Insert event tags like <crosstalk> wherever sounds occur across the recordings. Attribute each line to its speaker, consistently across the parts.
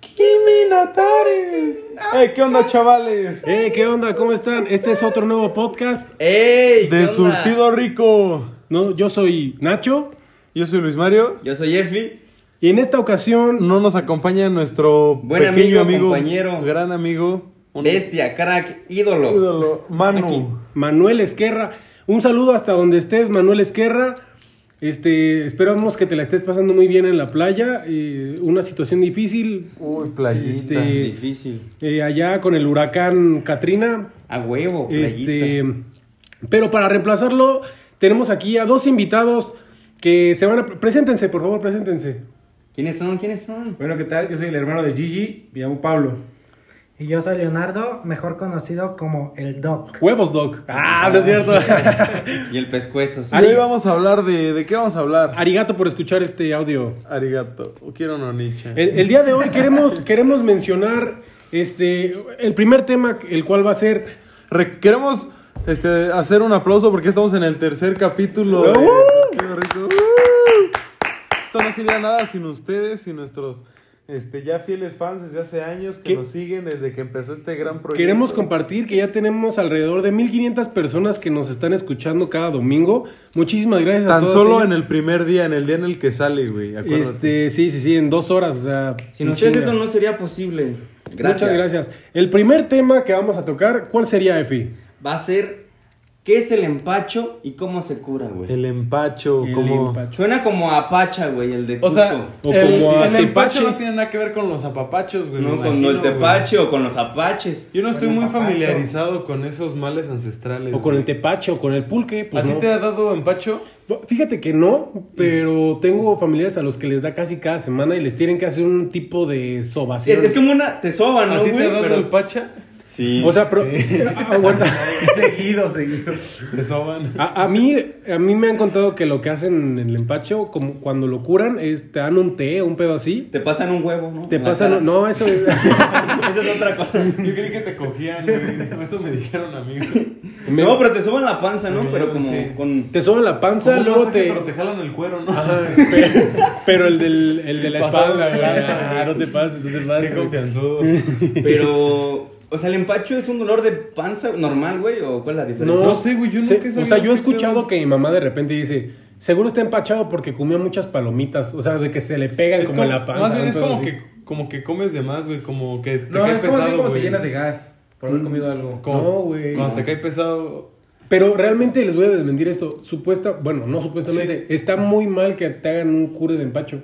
Speaker 1: Kimi Notari.
Speaker 2: Ah.
Speaker 1: Eh, ¿Qué onda, chavales?
Speaker 3: Eh, ¿qué onda? ¿Cómo están? Este es otro nuevo podcast.
Speaker 2: ¡Ey! ¿qué
Speaker 1: De
Speaker 2: onda?
Speaker 1: Surtido Rico.
Speaker 3: No, yo soy Nacho
Speaker 1: Yo soy Luis Mario.
Speaker 2: Yo soy Jeffy.
Speaker 3: y en esta ocasión
Speaker 1: No nos acompaña nuestro
Speaker 2: Buen
Speaker 1: pequeño amigo,
Speaker 2: amigo, compañero.
Speaker 1: gran amigo, un
Speaker 2: Bestia, crack, ídolo.
Speaker 1: ídolo, Manu.
Speaker 2: Aquí.
Speaker 3: Manuel Esquerra. Un saludo hasta donde estés, Manuel Esquerra. Este, esperamos que te la estés pasando muy bien en la playa. eh, una situación difícil
Speaker 1: Uy, playita.
Speaker 3: Este,
Speaker 2: Difícil.
Speaker 3: eh, allá con el huracán Katrina.
Speaker 2: A huevo,
Speaker 3: Este,
Speaker 2: playita.
Speaker 3: pero para reemplazarlo, tenemos aquí a dos invitados que se van a... Preséntense, por favor, preséntense.
Speaker 2: ¿Quiénes son? ¿Quiénes
Speaker 1: <laughs>
Speaker 2: son?
Speaker 4: Bueno, ¿qué tal? Yo soy el hermano de Gigi, me llamo Pablo.
Speaker 5: Y yo soy Leonardo, mejor conocido como el Doc.
Speaker 3: Huevos, Doc. Ah, no es cierto.
Speaker 2: Y el pescuezos.
Speaker 1: Y hoy vamos a hablar de. ¿De qué vamos a hablar?
Speaker 3: <laughs> Arigato por escuchar este audio.
Speaker 1: Arigato. O Quiero no nicha.
Speaker 3: El, el día de hoy queremos, queremos mencionar este, el primer tema, el cual va a ser...
Speaker 1: Re- queremos este, hacer un aplauso porque estamos en el tercer capítulo. de
Speaker 3: ¡Uh!
Speaker 1: Surtido Rico. ¡Uh! Esto no sería nada sin ustedes, sin nuestros este, ya fieles fans desde hace años que
Speaker 3: ¿Qué?
Speaker 1: nos siguen desde que empezó este gran proyecto.
Speaker 3: Queremos compartir que ya tenemos alrededor de 1500 personas que nos están escuchando cada domingo. Muchísimas gracias a
Speaker 1: Tan
Speaker 3: todos.
Speaker 1: solo en el primer día, en el día en el que sale, güey. acuérdate.
Speaker 3: Este, sí, sí, sí, en dos horas. O sea,
Speaker 2: Sin ustedes esto no sería posible. Gracias.
Speaker 3: Muchas gracias. El primer tema que vamos a tocar, ¿cuál sería, Efi?
Speaker 2: Va a ser ¿Qué es el empacho y cómo se cura, güey?
Speaker 1: El empacho,
Speaker 3: Este, El
Speaker 1: como.
Speaker 3: empacho.
Speaker 2: Suena como a apacha, güey, el de
Speaker 1: O sea,
Speaker 2: Cusco.
Speaker 3: O
Speaker 1: el,
Speaker 3: como a
Speaker 1: el empacho
Speaker 3: tepache.
Speaker 1: no tiene nada que ver con los apapachos, güey. me
Speaker 2: no con el
Speaker 1: imagino, güey.
Speaker 2: tepache o con los apaches.
Speaker 1: Yo no estoy muy
Speaker 5: apapacho.
Speaker 1: familiarizado con esos males ancestrales.
Speaker 3: O con el
Speaker 1: güey.
Speaker 3: tepache o con el pulque. pues
Speaker 1: ¿A ti
Speaker 3: no.
Speaker 1: te ha dado empacho?
Speaker 3: Pues, Fíjate que no, pero tengo familiares a los que les da casi cada semana y les tienen que hacer un tipo de
Speaker 2: Es,
Speaker 3: sobación.
Speaker 2: es como una te soba, ¿no,
Speaker 1: ¿A ti te
Speaker 2: güey?
Speaker 1: ha dado
Speaker 2: Pero-
Speaker 1: el pacha?
Speaker 2: Sí.
Speaker 3: O sea, <laughs> pero... Aguanta.
Speaker 4: seguido, seguido.
Speaker 1: Te soban.
Speaker 3: A, a mí, a mí me han contado que lo que hacen en el empacho, como cuando lo curan, es te dan un té, un pedo así.
Speaker 2: te pasan un huevo, ¿no?
Speaker 3: Te
Speaker 2: En la
Speaker 3: pasan...
Speaker 2: cara.
Speaker 3: No, eso... es-
Speaker 2: <laughs>
Speaker 3: <laughs>
Speaker 2: Esa es otra cosa.
Speaker 1: Yo creí que te cogían, güey. Eso me dijeron, amigo.
Speaker 3: Me-
Speaker 2: No, pero te soban la panza, ¿no?
Speaker 1: Sí,
Speaker 2: Pero como
Speaker 1: sí.
Speaker 2: con...
Speaker 3: Te soban la panza,
Speaker 1: ¿Cómo
Speaker 3: luego
Speaker 1: pasa que
Speaker 3: te...
Speaker 1: Pero te jalan el cuero, ¿no? <laughs>
Speaker 3: Ajá, pero, pero el, del, el de la
Speaker 1: Pasado de
Speaker 3: espalda, güey.
Speaker 1: lanza,
Speaker 3: Ah,
Speaker 1: güey.
Speaker 3: no te pases, no te pases.
Speaker 1: Qué
Speaker 3: güey.
Speaker 1: confianzudo.
Speaker 2: Pero... O sea, el empacho es un dolor de panza normal, güey, o cuál es la diferencia?
Speaker 3: No,
Speaker 1: No sé, güey, yo
Speaker 3: sé-
Speaker 1: nunca he
Speaker 3: O
Speaker 1: sabido
Speaker 3: sea, yo he
Speaker 1: qué
Speaker 3: escuchado
Speaker 1: pedo.
Speaker 3: que mi mamá de repente dice, seguro está empachado porque comió muchas palomitas, o sea, de que se le pegan
Speaker 1: Es
Speaker 3: como, en la panza.
Speaker 1: Más bien
Speaker 3: un
Speaker 1: es
Speaker 3: pedo
Speaker 1: como
Speaker 3: así.
Speaker 1: que, como que comes de más, güey. Como que te
Speaker 4: No,
Speaker 1: cae
Speaker 4: es como,
Speaker 1: pesado,
Speaker 4: así como te
Speaker 1: güey. Mm.
Speaker 4: llenas de gas por haber comido algo.
Speaker 1: Como-
Speaker 3: No, güey.
Speaker 1: Cuando te cae pesado,
Speaker 3: Pero realmente les voy a desmentir esto. Supuesta, bueno, no supuestamente, está muy mal que te hagan un cure de empacho.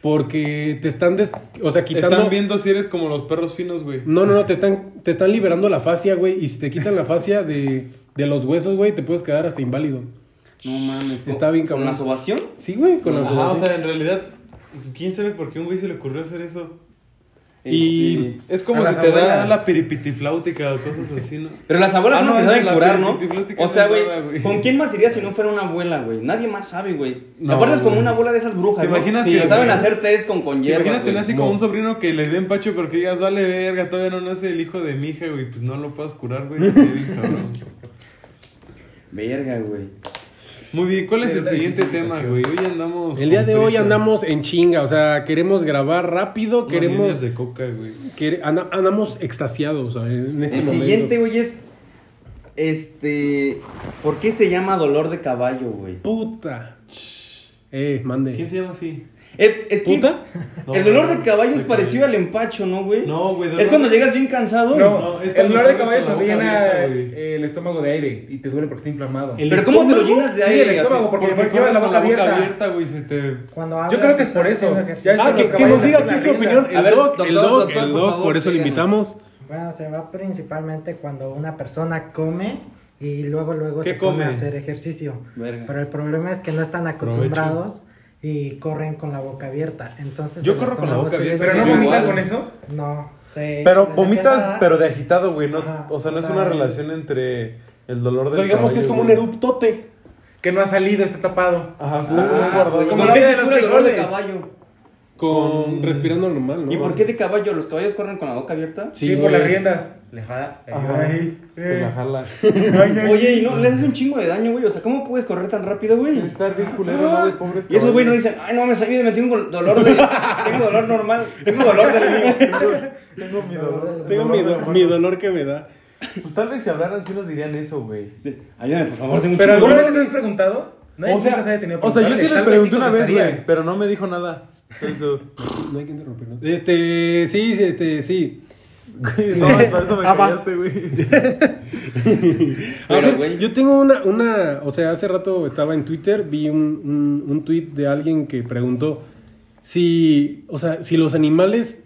Speaker 3: Porque te están, des- o sea, quitando... Mm,
Speaker 1: están viendo si eres como los perros finos, güey.
Speaker 3: No, no, no, te están, te están liberando la fascia, güey. Y si te quitan la fascia de, de los huesos, güey, te puedes quedar hasta inválido.
Speaker 2: No mames.
Speaker 3: Está bien
Speaker 2: ¿Con
Speaker 3: cabrón.
Speaker 2: la sobación?
Speaker 3: Sí, güey, con la
Speaker 1: Ajá, o
Speaker 3: sobación.
Speaker 1: sea, en realidad, quién sabe por qué a un güey se le ocurrió hacer eso.
Speaker 2: Este,
Speaker 1: Y es como
Speaker 4: a
Speaker 1: si
Speaker 4: las
Speaker 1: te da
Speaker 4: abuelas.
Speaker 1: la piripitiflautica o cosas así, ¿no?
Speaker 2: Pero las abuelas
Speaker 1: Ah,
Speaker 2: no,
Speaker 1: no,
Speaker 2: se
Speaker 1: es
Speaker 2: saben
Speaker 1: la
Speaker 2: curar, ¿no?
Speaker 1: piripitiplótica
Speaker 2: O sea,
Speaker 1: es nueva,
Speaker 2: güey,
Speaker 1: güey.
Speaker 2: ¿con quién más iría si no fuera una abuela, güey? Nadie más sabe, güey.
Speaker 1: No,
Speaker 2: Aparte es como
Speaker 1: güey.
Speaker 2: una abuela de esas brujas,
Speaker 1: ¿Te
Speaker 2: ¿no?
Speaker 1: imaginas
Speaker 2: Sí,
Speaker 1: que-
Speaker 2: lo saben hacer test con con hierbas,
Speaker 1: Imagínate,
Speaker 2: güey.
Speaker 1: nace como un sobrino que le den pacho, pero que digas, vale, verga, todavía no nace el hijo de mi hija, güey. Pues no lo puedes curar, güey. está bien, cabrón.
Speaker 2: Verga, güey.
Speaker 1: Muy bien, ¿cuál es
Speaker 4: Sí,
Speaker 1: el
Speaker 4: la
Speaker 1: siguiente
Speaker 4: difícil
Speaker 1: tema,
Speaker 4: situación.
Speaker 1: güey? Hoy andamos.
Speaker 3: El día
Speaker 1: con
Speaker 3: de hoy
Speaker 1: prisa.
Speaker 3: andamos en chinga, o sea, queremos grabar rápido,
Speaker 1: Unas líneas
Speaker 3: queremos...
Speaker 1: de coca, güey.
Speaker 3: quere- anda- andamos extasiados o sea, en este
Speaker 2: El
Speaker 3: momento.
Speaker 2: siguiente, güey, es... Este... ¿Por qué se llama dolor de caballo, güey?
Speaker 3: Puta. Eh, mande.
Speaker 1: ¿Quién se llama así?
Speaker 2: Eh, es que-
Speaker 3: ¿Puta?
Speaker 1: No,
Speaker 2: el dolor de
Speaker 1: güey,
Speaker 2: caballo es
Speaker 1: de
Speaker 2: parecido al empacho, ¿no, güey?
Speaker 1: No, güey, dolor-
Speaker 2: Es cuando llegas bien cansado.
Speaker 4: No,
Speaker 1: No, es
Speaker 4: el
Speaker 1: cuando
Speaker 4: dolor de
Speaker 1: comes
Speaker 4: caballo
Speaker 1: con la
Speaker 4: cuando
Speaker 1: boca
Speaker 4: llena
Speaker 1: abierta, güey.
Speaker 4: eh, el estómago de aire y te duele porque está inflamado.
Speaker 3: El-
Speaker 2: Pero ¿cómo te lo
Speaker 3: estómago?
Speaker 2: llenas de
Speaker 4: Sí,
Speaker 2: aire?
Speaker 4: el estómago, porque,
Speaker 1: Porque
Speaker 4: llevas
Speaker 1: comes
Speaker 4: la
Speaker 1: con
Speaker 4: boca abierta.
Speaker 1: güey, se te.
Speaker 5: Cuando
Speaker 4: Yo
Speaker 5: hablas,
Speaker 4: creo que es por
Speaker 5: estás
Speaker 4: eso.
Speaker 5: haciendo ejercicio.
Speaker 4: Ya
Speaker 3: Ah,
Speaker 4: son
Speaker 3: que,
Speaker 4: los
Speaker 3: que nos
Speaker 4: caballeros
Speaker 3: diga
Speaker 4: de la
Speaker 3: aquí su
Speaker 4: rienda.
Speaker 3: opinión. El
Speaker 2: A ver,
Speaker 3: doc,
Speaker 2: doctor,
Speaker 3: el doc,
Speaker 2: doctor,
Speaker 3: el
Speaker 2: por
Speaker 3: doc,
Speaker 2: favor,
Speaker 3: por eso lo
Speaker 2: díganos.
Speaker 3: invitamos.
Speaker 5: Bueno, se va principalmente cuando una persona come y luego luego
Speaker 1: ¿Qué
Speaker 5: se
Speaker 1: come?
Speaker 5: come? a hacer ejercicio.
Speaker 2: Verga.
Speaker 5: Pero el problema es que no están acostumbrados y corren con la boca abierta. Entonces
Speaker 1: Yo
Speaker 5: el
Speaker 1: corro con la
Speaker 5: estómago
Speaker 1: boca
Speaker 5: se les
Speaker 1: abierta.
Speaker 4: Pero no
Speaker 2: Yo
Speaker 5: llena.
Speaker 4: vomitan
Speaker 2: igual.
Speaker 4: con eso.
Speaker 5: No, se-
Speaker 1: Pero
Speaker 5: les
Speaker 1: vomitas,
Speaker 5: empieza-
Speaker 1: pero de agitado, güey. No,
Speaker 5: Ajá,
Speaker 1: o sea, no
Speaker 5: o
Speaker 1: es
Speaker 5: sea,
Speaker 1: una relación entre el dolor
Speaker 3: O
Speaker 1: del
Speaker 3: sea, Pues digamos que es como un
Speaker 1: caballo, güey.
Speaker 3: eruptote.
Speaker 4: Que no ha salido, está tapado.
Speaker 1: Ajá, está
Speaker 2: Ah, pues,
Speaker 1: como guardado.
Speaker 2: ¿Por
Speaker 4: como
Speaker 1: güey.
Speaker 4: la
Speaker 2: qué
Speaker 4: vida
Speaker 2: se
Speaker 4: de los
Speaker 2: cura el dolor de
Speaker 4: frijoles.
Speaker 2: caballo?
Speaker 3: Con,
Speaker 1: Con-
Speaker 3: respirando normal, ¿no?
Speaker 2: ¿Y por qué de caballo? ¿Los caballos corren con la boca abierta?
Speaker 4: Sí, por las
Speaker 3: güey.
Speaker 4: riendas. Le jala. le
Speaker 1: Ajá.
Speaker 4: jala ahí.
Speaker 1: Se la
Speaker 4: Eh.
Speaker 1: jala.
Speaker 4: Ay, ay.
Speaker 2: Oye, y no, le haces un chingo de daño, güey. O sea, ¿cómo puedes correr tan rápido, güey?
Speaker 1: Sí, está bien culero, ¿no? De pobres
Speaker 2: Y esos güey no
Speaker 1: caballos.
Speaker 2: dicen, ay, no me ayude, me tengo dolor de. tengo dolor normal, tengo dolor de la
Speaker 1: Tengo mi dolor.
Speaker 3: Tengo mi, do- mi dolor que me da.
Speaker 1: Pues tal vez si hablaran sí nos dirían eso, güey.
Speaker 2: Ayúdame, por favor, tengo un
Speaker 4: Pero
Speaker 2: chingo
Speaker 4: alguna
Speaker 2: de
Speaker 4: vez les has preguntado? Nadie
Speaker 1: O sea,
Speaker 4: nunca se haya tenido que
Speaker 1: o sea, yo sí
Speaker 4: preguntarle.
Speaker 1: les
Speaker 4: Tal vez
Speaker 1: pregunté
Speaker 4: sí
Speaker 1: una vez,
Speaker 4: contestaría.
Speaker 1: güey, pero no me dijo nada. Eso. <laughs>
Speaker 3: No hay que interrumpirnos. Este, sí, sí, este, sí.
Speaker 1: Güey, no, para eso me
Speaker 3: Ah, va.
Speaker 1: callaste, güey.
Speaker 3: A
Speaker 2: Pero,
Speaker 3: ver,
Speaker 2: güey.
Speaker 3: Yo tengo una, una, o sea, hace rato estaba en Twitter, vi un, un, un tweet de alguien que preguntó si, o sea, si los animales,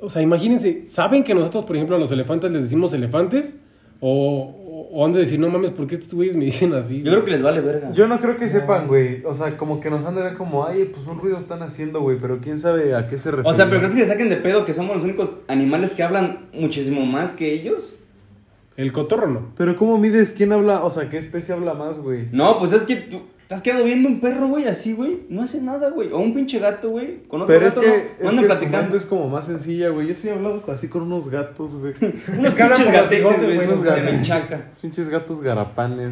Speaker 3: o sea, imagínense, ¿saben que nosotros, por ejemplo, a los elefantes les decimos elefantes? O, o, o han de decir, no mames, ¿por qué estos güeyes me dicen así?
Speaker 2: Yo creo que les vale verga.
Speaker 1: Yo no creo que sepan, güey. O sea, como que nos han de ver como, ay, pues un ruido están haciendo, güey, pero quién sabe a qué se refiere.
Speaker 2: O sea, pero creo que se saquen de pedo que somos los únicos animales que hablan muchísimo más que ellos.
Speaker 3: El cotorro no.
Speaker 1: Pero ¿cómo mides quién habla? O sea, ¿qué especie habla más, güey?
Speaker 2: No, pues es que tú estás quedado viendo un perro, güey, así, güey. No hace nada, güey. O un pinche gato, güey. Con otro
Speaker 1: Pero es
Speaker 2: gato,
Speaker 1: que,
Speaker 2: no. No
Speaker 1: es
Speaker 2: andan
Speaker 1: que su
Speaker 2: platicando.
Speaker 1: mente es como más sencilla, güey. Yo sí he hablado así con unos gatos,
Speaker 2: <laughs>
Speaker 1: güey.
Speaker 2: Unos
Speaker 4: que
Speaker 2: pinches
Speaker 4: hablan como los
Speaker 2: gatetes,
Speaker 4: bigotes,
Speaker 2: güey.
Speaker 4: güey,
Speaker 2: Unos
Speaker 1: los
Speaker 2: gatos.
Speaker 1: gatos.
Speaker 2: chaca.
Speaker 1: Pinches gatos garapanes.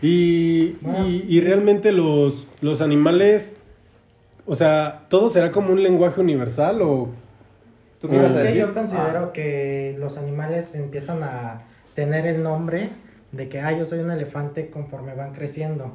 Speaker 3: Y, y, y realmente los, los animales, o sea, ¿todo será como un lenguaje universal o...?
Speaker 2: ¿Tú qué
Speaker 3: o-
Speaker 2: ibas a
Speaker 5: Es que
Speaker 2: decir? Ah.
Speaker 5: yo considero que los animales empiezan a tener el nombre de que, ah, yo soy un elefante conforme van creciendo.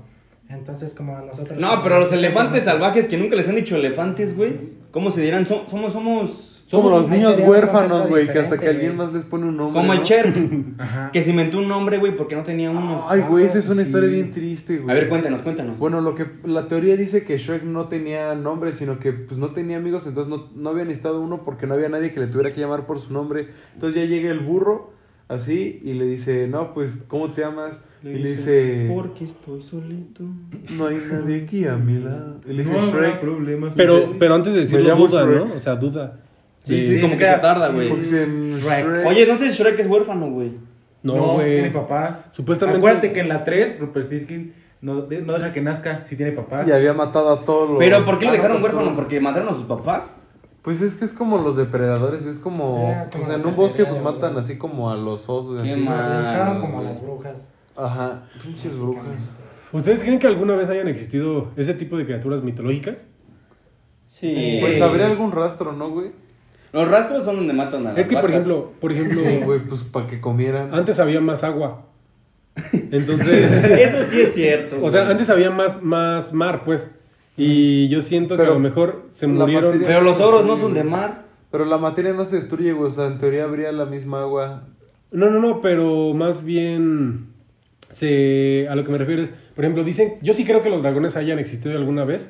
Speaker 5: Entonces, como a nosotros...
Speaker 2: No, pero los elefantes salvajes que nunca les han dicho elefantes, güey. ¿Cómo se dirán? So- somos, somos.
Speaker 1: Como los
Speaker 5: Ahí
Speaker 1: niños
Speaker 5: sería un
Speaker 1: huérfanos,
Speaker 5: concepto
Speaker 1: güey, que hasta que
Speaker 5: diferente,
Speaker 1: alguien
Speaker 5: güey.
Speaker 1: más les pone un nombre.
Speaker 2: Como el
Speaker 1: ¿no?
Speaker 2: Cher,
Speaker 4: Ajá.
Speaker 2: que se inventó un nombre, güey, porque no tenía uno.
Speaker 1: Ay, güey, esa es una
Speaker 4: Sí.
Speaker 1: historia bien triste, güey.
Speaker 2: Ah, A ver, cuéntanos, cuéntanos.
Speaker 1: Bueno, lo que la teoría dice que Shrek no tenía nombre, sino que pues no tenía amigos, entonces no, no había necesitado uno porque no había nadie que le tuviera que llamar por su nombre. Entonces ya llega el burro así y le dice, "No, pues ¿cómo te llamas?" Y le dice,
Speaker 2: Porque estoy solito.
Speaker 1: "No hay nadie aquí a mi lado." Y le dice
Speaker 4: No habrá
Speaker 1: Shrek,
Speaker 4: problemas.
Speaker 3: Pero, pero antes de decirlo,
Speaker 1: llamo
Speaker 3: duda,
Speaker 1: Shrek.
Speaker 3: ¿no? O sea, duda.
Speaker 2: Sí,
Speaker 3: De-
Speaker 2: sí,
Speaker 4: sí,
Speaker 2: como
Speaker 4: se
Speaker 2: que se
Speaker 4: queda-
Speaker 2: tarda, güey.
Speaker 1: porque dice mm,
Speaker 4: Shrek.
Speaker 1: Shrek.
Speaker 2: Oye, entonces Shrek es huérfano, güey.
Speaker 3: No, güey.
Speaker 4: tiene papás.
Speaker 3: Supuestamente-
Speaker 4: Acuérdate que en la 3, Rupert Stiskin no, de- no deja que nazca si tiene papás.
Speaker 1: y había matado a todos los
Speaker 3: Pues,
Speaker 2: Pero ¿por qué lo
Speaker 1: Ah,
Speaker 2: dejaron
Speaker 1: mató a
Speaker 2: huérfano?
Speaker 1: todos.
Speaker 2: ¿Porque mataron a sus papás?
Speaker 1: Pues es que es como los depredadores, güey, es como,
Speaker 5: Sí, como
Speaker 1: o sea, en
Speaker 5: la
Speaker 1: un bosque
Speaker 5: cacería
Speaker 1: pues
Speaker 5: de
Speaker 1: matan
Speaker 5: lobos.
Speaker 1: así como a los osos,
Speaker 2: Qué
Speaker 1: así.
Speaker 2: mal.
Speaker 5: Nos lincharon como a
Speaker 2: güey.
Speaker 5: las brujas.
Speaker 1: Ajá, pinches brujas.
Speaker 3: ¿Ustedes creen que alguna vez hayan existido ese tipo de criaturas mitológicas?
Speaker 2: Sí.
Speaker 1: Pues habría algún rastro, ¿no, güey?
Speaker 2: Los rastros son donde matan a las
Speaker 3: es que, por
Speaker 2: vacas.
Speaker 3: ejemplo, por ejemplo
Speaker 1: Sí, güey, pues para que comieran.
Speaker 3: antes había más agua.
Speaker 1: <laughs>
Speaker 3: Entonces,
Speaker 2: <laughs> Eso sí es cierto.
Speaker 3: o sea,
Speaker 2: güey.
Speaker 3: antes había más, más mar, pues. Y yo siento que
Speaker 1: Pero
Speaker 3: a lo mejor se
Speaker 1: la
Speaker 3: murieron.
Speaker 1: materia-
Speaker 2: Pero los toros no son de mar.
Speaker 1: Pero la materia no se destruye, güey. O sea, en teoría habría la misma agua.
Speaker 3: No, no, no, pero más bien se, a lo que me refiero es, por ejemplo, dicen, yo sí creo que los dragones hayan existido alguna vez,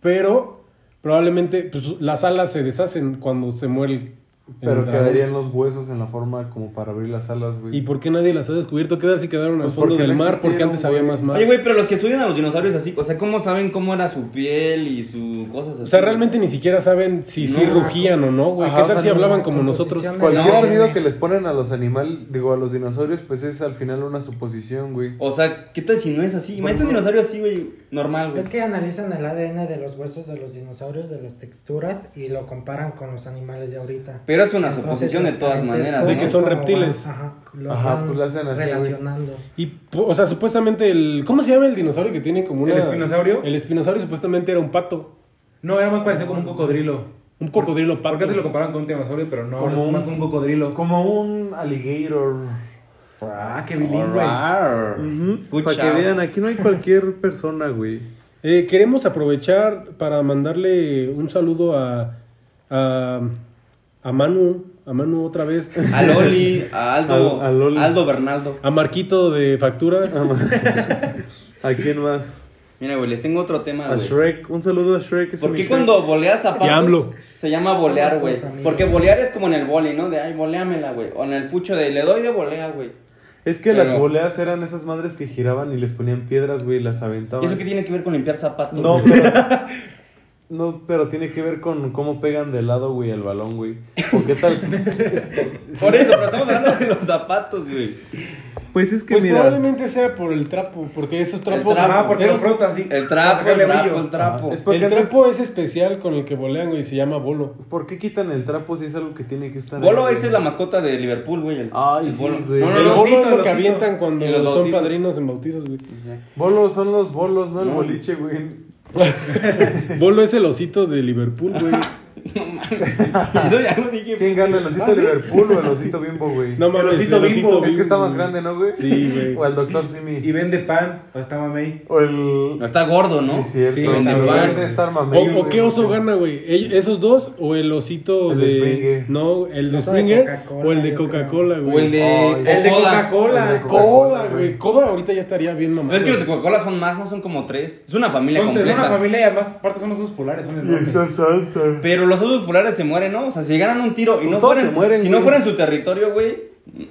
Speaker 3: pero probablemente pues, las alas se deshacen cuando se muere el, el
Speaker 1: Pero
Speaker 3: dragón.
Speaker 1: quedarían los huesos en la forma como para abrir las alas, güey.
Speaker 3: ¿Y por qué nadie las ha descubierto? ¿Qué tal si quedaron al
Speaker 1: Pues
Speaker 3: fondo
Speaker 1: porque
Speaker 3: del
Speaker 1: no
Speaker 3: mar? Porque
Speaker 1: existieron,
Speaker 3: antes había
Speaker 1: güey.
Speaker 3: más mar.
Speaker 2: Oye, güey, pero los que estudian a los dinosaurios así, o sea, ¿cómo saben cómo era su piel y sus cosas así?
Speaker 3: o sea, realmente ni siquiera saben si sí
Speaker 2: No.
Speaker 3: rugían o no, güey.
Speaker 1: Ajá,
Speaker 3: ¿Qué
Speaker 1: o
Speaker 3: tal
Speaker 1: sea,
Speaker 3: si
Speaker 1: no,
Speaker 3: hablaban
Speaker 5: la
Speaker 3: como nosotros?
Speaker 5: composición de-
Speaker 1: Cualquier
Speaker 2: No,
Speaker 1: sonido
Speaker 5: güey.
Speaker 1: que les ponen a los animales, digo, a los dinosaurios, pues es al final una suposición, güey.
Speaker 2: O sea, ¿qué tal si no es así? Imagínate un dinosaurio así, güey, normal, güey.
Speaker 5: Es que analizan el ADN de los huesos de los dinosaurios, de las texturas, y lo comparan con los animales de ahorita.
Speaker 2: Pero es una
Speaker 5: Entonces,
Speaker 2: suposición de
Speaker 5: los
Speaker 2: todas maneras,
Speaker 5: parentescos
Speaker 3: De que son
Speaker 5: como van-
Speaker 3: reptiles.
Speaker 5: Ajá, los
Speaker 1: Ajá,
Speaker 5: van
Speaker 1: pues lo hacen así, güey.
Speaker 5: relacionando.
Speaker 3: Y, po- o sea, supuestamente el... ¿Cómo se llama el dinosaurio que tiene como una...
Speaker 4: ¿El espinosaurio?
Speaker 3: El espinosaurio supuestamente era un pato.
Speaker 4: No, era más parecido como un cocodrilo.
Speaker 3: Un cocodrilo pato.
Speaker 4: Porque antes lo comparaban con un dinosaurio, pero no,
Speaker 1: Como
Speaker 4: es
Speaker 1: un-
Speaker 4: más como un cocodrilo.
Speaker 1: Como un alligator.
Speaker 4: Ah, qué bilingüe.
Speaker 2: Alright. Good
Speaker 1: Para que
Speaker 2: shout.
Speaker 1: vean, aquí no hay cualquier persona, güey.
Speaker 3: Eh, queremos aprovechar para mandarle un saludo a, a, a Manu, a Manu otra vez,
Speaker 2: A Loli,
Speaker 3: <laughs>
Speaker 2: a Aldo,
Speaker 1: Al- a Loli.
Speaker 2: Aldo Bernaldo.
Speaker 3: a Marquito de Facturas.
Speaker 1: ¿A quién más?
Speaker 2: Mira, güey, les tengo otro tema,
Speaker 1: A
Speaker 2: Ah, güey.
Speaker 1: Shrek. Un saludo a Shrek. ese
Speaker 2: ¿Por
Speaker 1: mi
Speaker 2: qué
Speaker 1: Shrek.
Speaker 2: cuando voleas zapatos
Speaker 3: Y AMLO.
Speaker 2: se llama volear,
Speaker 5: Somos
Speaker 2: güey?
Speaker 5: tus amigos.
Speaker 2: Porque volear es como en el vole, ¿no? De, ay, voleamela, güey. O en el fucho de, le doy de volea, güey.
Speaker 1: Es que las
Speaker 2: Pero-
Speaker 1: boleas eran esas madres que giraban y les ponían piedras, güey, y las aventaban.
Speaker 2: ¿Y eso qué tiene que ver con limpiar zapatos?
Speaker 1: eh. No,
Speaker 2: güey?
Speaker 1: pero, no, pero tiene que ver con cómo pegan de lado, güey, el balón,
Speaker 2: <laughs>
Speaker 1: güey. ¿O qué tal? Es-
Speaker 2: Por eso, pero estamos hablando de los zapatos, güey.
Speaker 1: Pues es que
Speaker 3: Pues
Speaker 1: mira,
Speaker 3: probablemente sea por el trapo, porque esos trapos.
Speaker 2: trapo.
Speaker 4: Ah, porque lo
Speaker 3: el,
Speaker 4: frotas así.
Speaker 2: El trapo, el trapo, el trapo.
Speaker 1: Ah, Es porque
Speaker 3: el
Speaker 1: antes-
Speaker 3: trapo es especial con el que volean, güey, se llama bolo.
Speaker 1: ¿por qué quitan el trapo si es algo que tiene que estar
Speaker 2: Bolo,
Speaker 1: ahí?
Speaker 2: esa es la mascota de Liverpool, güey. el-
Speaker 1: Ay,
Speaker 2: el
Speaker 1: sí,
Speaker 2: bolo.
Speaker 1: güey.
Speaker 2: No, no,
Speaker 3: el bolo
Speaker 2: no, sí.
Speaker 4: osito,
Speaker 3: es lo
Speaker 4: el
Speaker 3: que
Speaker 4: osito.
Speaker 3: avientan cuando
Speaker 2: Y los
Speaker 3: son
Speaker 2: bautizos.
Speaker 3: padrinos en bautizos, güey. <laughs>
Speaker 1: Bolos son los bolos, no el
Speaker 2: No.
Speaker 1: boliche, güey.
Speaker 3: Bolo es el osito de Liverpool, güey.
Speaker 2: <laughs> Eso ya lo dije.
Speaker 1: ¿Quién gana, el osito
Speaker 2: Ah,
Speaker 1: de
Speaker 2: ¿sí?
Speaker 1: Liverpool o el osito bimbo, güey?
Speaker 3: No mames,
Speaker 4: osito
Speaker 3: el
Speaker 4: bimbo.
Speaker 1: es que está
Speaker 3: bimbo,
Speaker 1: más
Speaker 3: güey.
Speaker 1: grande, ¿no, güey?
Speaker 3: Sí, güey.
Speaker 1: O el doctor
Speaker 4: Y
Speaker 1: Simi.
Speaker 4: vende pan, o está mamey.
Speaker 1: O el...
Speaker 2: Está gordo, ¿no?
Speaker 1: Sí, cierto.
Speaker 3: Sí,
Speaker 1: el
Speaker 3: está
Speaker 1: doctor
Speaker 3: mal.
Speaker 1: de estar mamey,
Speaker 3: O, o
Speaker 1: güey.
Speaker 3: qué oso gana, güey? ¿Ell- ¿Esos dos o el osito
Speaker 1: El de
Speaker 3: de...
Speaker 1: Springer.
Speaker 3: No, el de
Speaker 5: Oso de
Speaker 3: Springer
Speaker 5: Coca-Cola,
Speaker 3: o el de
Speaker 5: yo creo.
Speaker 3: Coca-Cola, güey.
Speaker 2: O el de.
Speaker 1: Ay,
Speaker 4: El de
Speaker 2: Oda.
Speaker 1: El de
Speaker 4: Coca-Cola.
Speaker 3: Coda, güey. Coda ahorita ya estaría bien
Speaker 2: No,
Speaker 3: mamado.
Speaker 2: es que los de Coca-Cola son más, no son como tres. Es una familia
Speaker 4: Entonces,
Speaker 2: completa.
Speaker 4: una familia y además, aparte son los dos polares, son
Speaker 1: Y
Speaker 4: enormes.
Speaker 1: esa santa.
Speaker 2: Pero los osos polares se mueren, ¿no? O sea, si ganan un tiro y
Speaker 1: Pues
Speaker 2: no
Speaker 1: todos
Speaker 2: fueran,
Speaker 1: se mueren,
Speaker 2: si
Speaker 1: güey.
Speaker 2: no fueran su territorio, güey,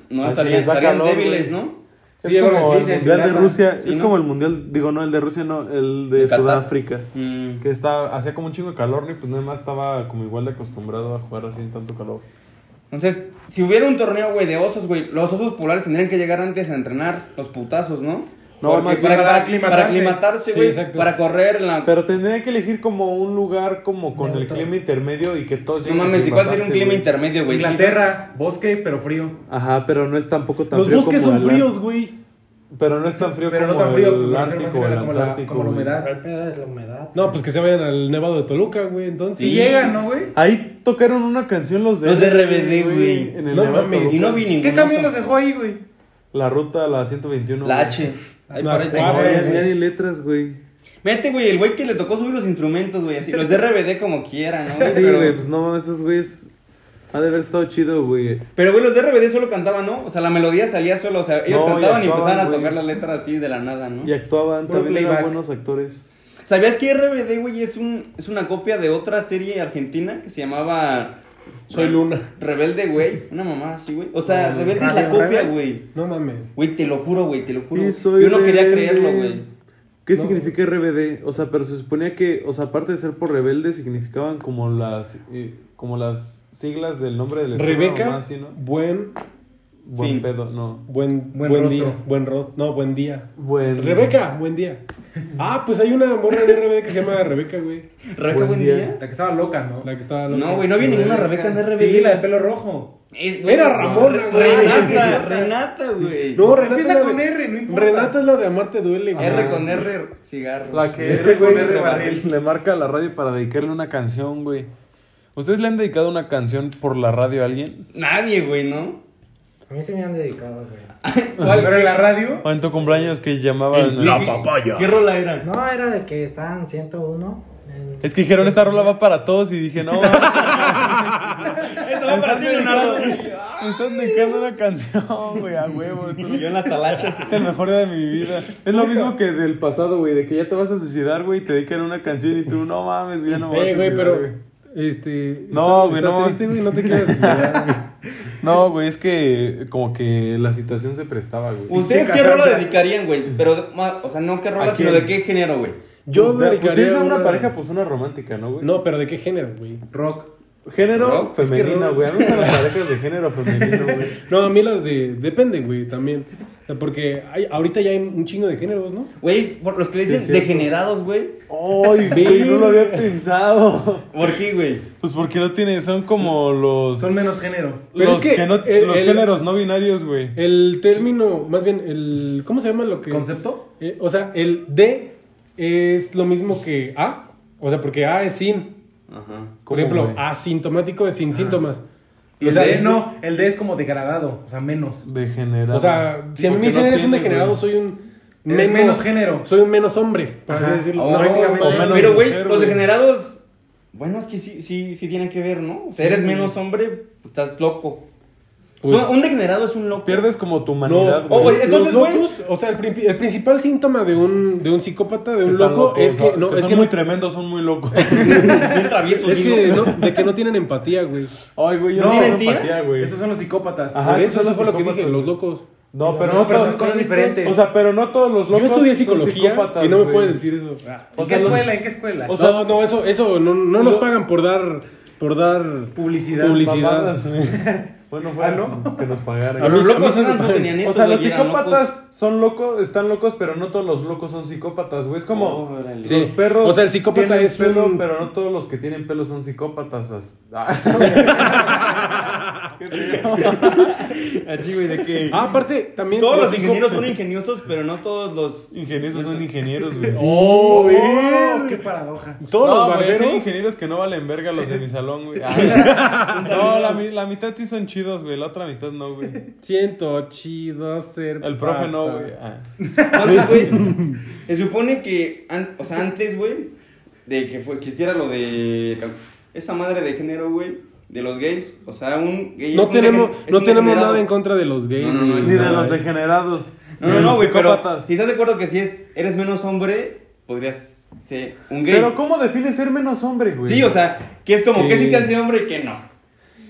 Speaker 2: no
Speaker 1: Ahí se
Speaker 2: estarían,
Speaker 1: les da
Speaker 2: estarían
Speaker 1: calor,
Speaker 2: débiles,
Speaker 1: güey.
Speaker 2: ¿no?
Speaker 1: Es
Speaker 4: Sí,
Speaker 1: como
Speaker 4: bueno, sí,
Speaker 1: el
Speaker 4: sí,
Speaker 1: mundial
Speaker 4: sí,
Speaker 1: de
Speaker 4: sí,
Speaker 1: Rusia,
Speaker 2: sí,
Speaker 1: es
Speaker 2: ¿no?
Speaker 1: como el mundial, digo, no, el de Rusia, no, el de,
Speaker 2: De Qatar.
Speaker 1: Sudáfrica.
Speaker 2: Mm.
Speaker 1: Que está, hacía como un chingo de calor, ni pues nada más estaba como igual de acostumbrado a jugar así en tanto calor.
Speaker 2: Entonces, si hubiera un torneo, güey, de osos, güey, los osos polares tendrían que llegar antes a entrenar los putazos, ¿no?
Speaker 1: No,
Speaker 2: Porque
Speaker 1: más
Speaker 2: para,
Speaker 4: bien
Speaker 2: para
Speaker 4: para
Speaker 2: aclimatarse,
Speaker 4: aclimatarse.
Speaker 2: para aclimatarse,
Speaker 3: Sí,
Speaker 2: güey,
Speaker 3: exacto.
Speaker 2: para correr en la...
Speaker 1: Pero tendría que elegir como un lugar como con el
Speaker 5: Neutro.
Speaker 1: clima intermedio y que todos
Speaker 2: no
Speaker 1: lleguen a
Speaker 2: mames, ¿y cuál sería un
Speaker 1: aclimatarse,
Speaker 2: clima
Speaker 1: güey.
Speaker 2: intermedio, Este güey? Sí,
Speaker 4: Inglaterra, bosque, pero frío.
Speaker 1: Ajá, pero no es tampoco tan
Speaker 3: Los
Speaker 1: frío
Speaker 3: bosques
Speaker 1: como
Speaker 3: son
Speaker 1: el ar-
Speaker 3: fríos, güey.
Speaker 1: Pero no es tan frío
Speaker 4: Pero no
Speaker 1: como
Speaker 4: tan frío,
Speaker 1: el
Speaker 4: como
Speaker 1: Ártico o
Speaker 4: la-
Speaker 1: el
Speaker 4: como la-
Speaker 1: Antártico,
Speaker 4: como la
Speaker 1: güey.
Speaker 4: humedad.
Speaker 5: Pero el pedo es la humedad.
Speaker 3: No, pues que se vayan al Nevado de Toluca, güey, entonces.
Speaker 4: Si llegan, ¿no, güey?
Speaker 1: Ahí tocaron una canción los de
Speaker 2: Los de RBD, güey.
Speaker 1: En el
Speaker 3: No
Speaker 1: Nevado
Speaker 3: mames,
Speaker 1: Toluca.
Speaker 2: Y no vi ningún
Speaker 4: ¿Qué camión
Speaker 2: oso.
Speaker 4: los dejó ahí, güey?
Speaker 1: La ruta, la 121.
Speaker 2: La
Speaker 1: güey.
Speaker 2: H. Ahí
Speaker 3: La
Speaker 2: por ahí
Speaker 1: No,
Speaker 3: cuatro.
Speaker 2: tengo.
Speaker 1: ya,
Speaker 3: güey.
Speaker 1: ya ni letras, güey.
Speaker 2: Mete, güey, el güey que le tocó subir los instrumentos, güey, así. Los de RBD como quiera, ¿no?
Speaker 1: Sí,
Speaker 2: Pero-
Speaker 1: güey, pues no mames, esos güeyes. Ha de haber estado chido, güey.
Speaker 2: Pero, güey, los de RBD solo cantaban, ¿no? O sea, la melodía salía solo. O sea, ellos
Speaker 1: No, y
Speaker 2: cantaban
Speaker 1: actuaban,
Speaker 2: y, empezaban a
Speaker 1: güey.
Speaker 2: tocar la letra así de la nada, ¿no?
Speaker 1: Y actuaban,
Speaker 4: Puro
Speaker 1: también eran
Speaker 4: playback.
Speaker 1: buenos actores.
Speaker 2: ¿Sabías que RBD, güey, es, un, es una copia de otra serie argentina que se llamaba...
Speaker 3: Soy
Speaker 2: Re-
Speaker 3: Luna. Ah,
Speaker 2: Rebelde, güey. Una mamá así, güey. O sea,
Speaker 3: No,
Speaker 2: Rebelde es
Speaker 5: Radio
Speaker 2: la copia,
Speaker 5: Rebelde.
Speaker 2: güey.
Speaker 3: No mames.
Speaker 2: Güey, te lo juro, güey, te lo juro.
Speaker 1: Y soy
Speaker 2: Yo no quería
Speaker 1: rebelde.
Speaker 2: creerlo, güey.
Speaker 1: ¿Qué
Speaker 3: No.
Speaker 1: significa RBD? O sea, pero se suponía que, o sea, aparte de ser por rebelde, significaban como las eh, como las siglas del nombre del estado,
Speaker 3: Rebeca,
Speaker 1: nomás, ¿sí, no?
Speaker 3: buen,
Speaker 1: Buen
Speaker 2: Fin.
Speaker 1: pedo, no.
Speaker 3: buen, buen,
Speaker 4: Buen rostro.
Speaker 3: día. Buen rostro. No, buen día.
Speaker 1: Buen.
Speaker 3: Rebeca, buen día. Ah, pues hay una morra de RBD que se llama Rebeca, güey.
Speaker 2: Rebeca,
Speaker 1: Buen
Speaker 2: buen,
Speaker 1: día.
Speaker 2: día.
Speaker 4: La que estaba loca, ¿no?
Speaker 3: La que estaba loca.
Speaker 2: No, güey, no vi ninguna Rebeca en RBD.
Speaker 4: Sí, la de pelo rojo.
Speaker 2: Es- güey,
Speaker 3: Era
Speaker 2: no,
Speaker 3: Ramona,
Speaker 2: Re-
Speaker 3: güey.
Speaker 2: Renata,
Speaker 3: <laughs>
Speaker 2: Renata, güey.
Speaker 3: No, Renata
Speaker 4: Empieza
Speaker 3: es la
Speaker 4: con
Speaker 3: de-
Speaker 4: R, no importa.
Speaker 3: Renata es la de Amarte Duele, güey.
Speaker 2: R con R, cigarro.
Speaker 1: La que
Speaker 4: Ese
Speaker 1: ese güey
Speaker 4: con R
Speaker 1: le-
Speaker 4: barril.
Speaker 1: le marca a la radio para dedicarle una canción, güey. ¿Ustedes le han dedicado una canción por la radio a alguien?
Speaker 2: Nadie, güey,
Speaker 1: <laughs>
Speaker 2: ¿no?
Speaker 5: A mí se me han dedicado, güey.
Speaker 4: Pero en la radio.
Speaker 1: O en tu cumpleaños que llamaban.
Speaker 2: papaya. ¿Qué rola era?
Speaker 5: No, era de que estaban 101. en-
Speaker 1: Es que dijeron, esta rola va para todos y dije,
Speaker 3: <laughs>
Speaker 1: no, me
Speaker 2: Esto va para ti, Leonardo.
Speaker 1: están dedicando una canción, güey, a huevo. esto no-
Speaker 2: Yo en las talachas.
Speaker 1: Es el mejor día de mi vida. Es lo mismo que del pasado, güey, de que ya te vas a suicidar, güey, y te dedican una canción y tú, no mames, güey, ya no me voy a
Speaker 3: Eh, güey,
Speaker 1: suicidar,
Speaker 3: pero. Este.
Speaker 1: No,
Speaker 3: estás-
Speaker 1: güey,
Speaker 3: estás
Speaker 1: no.
Speaker 3: triste, güey, no
Speaker 1: <laughs>
Speaker 3: te quieras suicidar, güey.
Speaker 1: No, güey, es que como que la situación se prestaba, güey.
Speaker 2: ¿Ustedes qué
Speaker 4: Chica
Speaker 2: rola
Speaker 4: Sandra.
Speaker 2: dedicarían, güey? Pero, de- ma- o sea, no qué
Speaker 1: ¿A
Speaker 2: rola,
Speaker 1: quién?
Speaker 2: sino de qué género, güey.
Speaker 3: Yo
Speaker 1: pues, da- pues, si
Speaker 3: dedicaría
Speaker 1: es a una
Speaker 3: una-
Speaker 1: pareja, pues una romántica, ¿no, güey?
Speaker 3: No, pero ¿de qué género, güey?
Speaker 4: Rock.
Speaker 1: Género
Speaker 2: No,
Speaker 3: es que
Speaker 1: femenino,
Speaker 3: no.
Speaker 1: güey. A mí me gustan las parejas de género femenino, güey.
Speaker 3: No, a mí las de. Depende, güey, también. O sea, porque hay, ahorita ya hay un chingo de géneros, ¿no?
Speaker 2: Güey, por los que le
Speaker 1: Sí, es
Speaker 2: dicen
Speaker 1: cierto.
Speaker 2: degenerados, güey.
Speaker 1: Ay, güey, no lo había pensado.
Speaker 2: ¿Por qué, güey?
Speaker 1: Pues porque no tiene, son como los,
Speaker 4: Son menos género.
Speaker 3: Pero
Speaker 1: los
Speaker 3: es que
Speaker 1: no,
Speaker 3: el-
Speaker 1: los
Speaker 3: el-
Speaker 1: géneros no binarios, güey.
Speaker 3: El término, más bien, el. ¿Cómo se llama lo que.
Speaker 4: ¿Concepto?
Speaker 3: Eh, o sea, el D es lo mismo que A. O sea, porque A es sin.
Speaker 2: Ajá.
Speaker 1: ¿Cómo,
Speaker 3: Por ejemplo,
Speaker 1: güey?
Speaker 3: asintomático es sin síntomas.
Speaker 4: Y
Speaker 3: O
Speaker 4: el
Speaker 3: sea,
Speaker 4: D no, el D es como degradado, o sea, menos.
Speaker 1: Degenerado.
Speaker 3: O sea, si a mí me
Speaker 1: Porque
Speaker 3: dicen
Speaker 1: no
Speaker 3: eres un
Speaker 1: tiene,
Speaker 3: degenerado,
Speaker 1: güey.
Speaker 3: soy un.
Speaker 4: Eres menos género.
Speaker 3: Soy un menos hombre, para
Speaker 4: Ajá.
Speaker 3: así decirlo.
Speaker 4: O
Speaker 3: No,
Speaker 4: prácticamente-
Speaker 3: o
Speaker 1: menos
Speaker 2: Oh, Pero, güey,
Speaker 1: mujer,
Speaker 2: los
Speaker 1: Oh, güey.
Speaker 2: degenerados. Bueno, es que sí, sí, sí tienen que ver, ¿no? O sea,
Speaker 3: Sí,
Speaker 2: eres
Speaker 3: güey.
Speaker 2: menos hombre, estás loco.
Speaker 3: Pues-
Speaker 2: un degenerado es un loco.
Speaker 1: Pierdes como tu
Speaker 3: No,
Speaker 1: humanidad,
Speaker 3: oh,
Speaker 1: güey.
Speaker 3: güey,
Speaker 2: Entonces,
Speaker 3: entonces,
Speaker 2: güey-
Speaker 3: o sea, el, prin- el principal síntoma de un, de un psicópata, de
Speaker 1: Que
Speaker 3: un
Speaker 1: están
Speaker 3: loco,
Speaker 1: locos,
Speaker 3: es
Speaker 1: o
Speaker 3: que,
Speaker 1: sea,
Speaker 3: no, es
Speaker 1: son
Speaker 3: que,
Speaker 1: muy
Speaker 3: no-
Speaker 1: tremendos, son muy locos.
Speaker 2: Bien travieso,
Speaker 3: es
Speaker 2: sí,
Speaker 3: que
Speaker 2: ¿no?
Speaker 3: no- de que no tienen empatía, güey.
Speaker 1: Ay, güey, yo
Speaker 4: No,
Speaker 1: no, tengo
Speaker 2: ¿tienen tía?
Speaker 1: empatía, güey.
Speaker 4: Esos son los psicópatas.
Speaker 1: Ajá.
Speaker 3: Por
Speaker 1: Ah, esos
Speaker 3: eso,
Speaker 1: son
Speaker 3: eso fue
Speaker 1: los
Speaker 3: lo que dije,
Speaker 1: psicópatas,
Speaker 3: los
Speaker 1: güey.
Speaker 3: locos.
Speaker 1: No, pero
Speaker 4: No,
Speaker 1: no
Speaker 4: pero
Speaker 1: todos.
Speaker 4: son cosas diferentes.
Speaker 1: O sea, pero no todos los locos.
Speaker 3: Yo estudié
Speaker 1: son
Speaker 3: psicología
Speaker 1: psicópatas,
Speaker 3: y no me
Speaker 1: güey.
Speaker 3: puedes decir eso.
Speaker 1: O
Speaker 4: Ah. ¿En
Speaker 1: sea,
Speaker 4: qué
Speaker 1: los-
Speaker 4: escuela? ¿En qué escuela?
Speaker 1: o sea-
Speaker 3: no, no, eso, eso no, no nos
Speaker 1: Lo-
Speaker 3: pagan por dar por dar
Speaker 4: Publicidad.
Speaker 3: publicidad.
Speaker 1: mamadas. <laughs> Bueno, bueno, que nos pagaran.
Speaker 3: A
Speaker 2: Pero los
Speaker 3: mí- a mí
Speaker 2: locos
Speaker 3: se me
Speaker 2: eran, no
Speaker 3: pagan.
Speaker 2: tenían eso.
Speaker 1: O sea,
Speaker 2: güey,
Speaker 1: los
Speaker 2: y eran
Speaker 1: psicópatas
Speaker 2: locos.
Speaker 1: son locos, están locos, pero no todos los locos son psicópatas, güey. Es como
Speaker 2: Órale.
Speaker 3: Sí.
Speaker 1: los perros.
Speaker 3: O sea, el psicópata
Speaker 1: tienen
Speaker 3: es
Speaker 1: pelo,
Speaker 3: un-
Speaker 1: pero no todos los que tienen pelo son psicópatas. as- <laughs> Ah,
Speaker 2: Así, güey, de que.
Speaker 3: Ah, aparte, también.
Speaker 2: Pues, todos los
Speaker 3: psicó-
Speaker 2: ingenieros son ingeniosos, pero no todos los.
Speaker 1: ingenieros son ingenieros, güey.
Speaker 4: ¡Oh, oh, qué paradoja!
Speaker 3: Todos
Speaker 1: No,
Speaker 3: los
Speaker 1: güey,
Speaker 3: barberos.
Speaker 1: son ingenieros que no valen verga los de mi salón, güey.
Speaker 3: <laughs>
Speaker 1: Ah, no, la, mi- la mitad sí son chidos, güey. La otra mitad no, güey.
Speaker 3: Siento chido ser.
Speaker 1: El profe no,
Speaker 3: pata.
Speaker 1: güey. Ah.
Speaker 2: Entonces, güey, se supone que, an- o sea, antes, güey, de que fue- existiera lo de cal- esa madre de género, güey, de los gays, o sea, un gay es
Speaker 3: No
Speaker 2: un
Speaker 3: tenemos,
Speaker 2: degen- es
Speaker 3: no
Speaker 2: un
Speaker 3: tenemos
Speaker 2: degenerado.
Speaker 3: nada en contra de los gays.
Speaker 2: No, no, no,
Speaker 1: Ni de
Speaker 3: nada.
Speaker 1: los degenerados.
Speaker 2: No,
Speaker 1: ni de
Speaker 2: no, no,
Speaker 1: los
Speaker 2: güey, pero
Speaker 1: psicópatas.
Speaker 2: si estás de acuerdo que si es, eres menos hombre, podrías ser un gay.
Speaker 1: Pero ¿cómo defines ser menos hombre, güey?
Speaker 2: sí, o sea, que es como
Speaker 3: Sí.
Speaker 2: que sí te hace hombre y que no.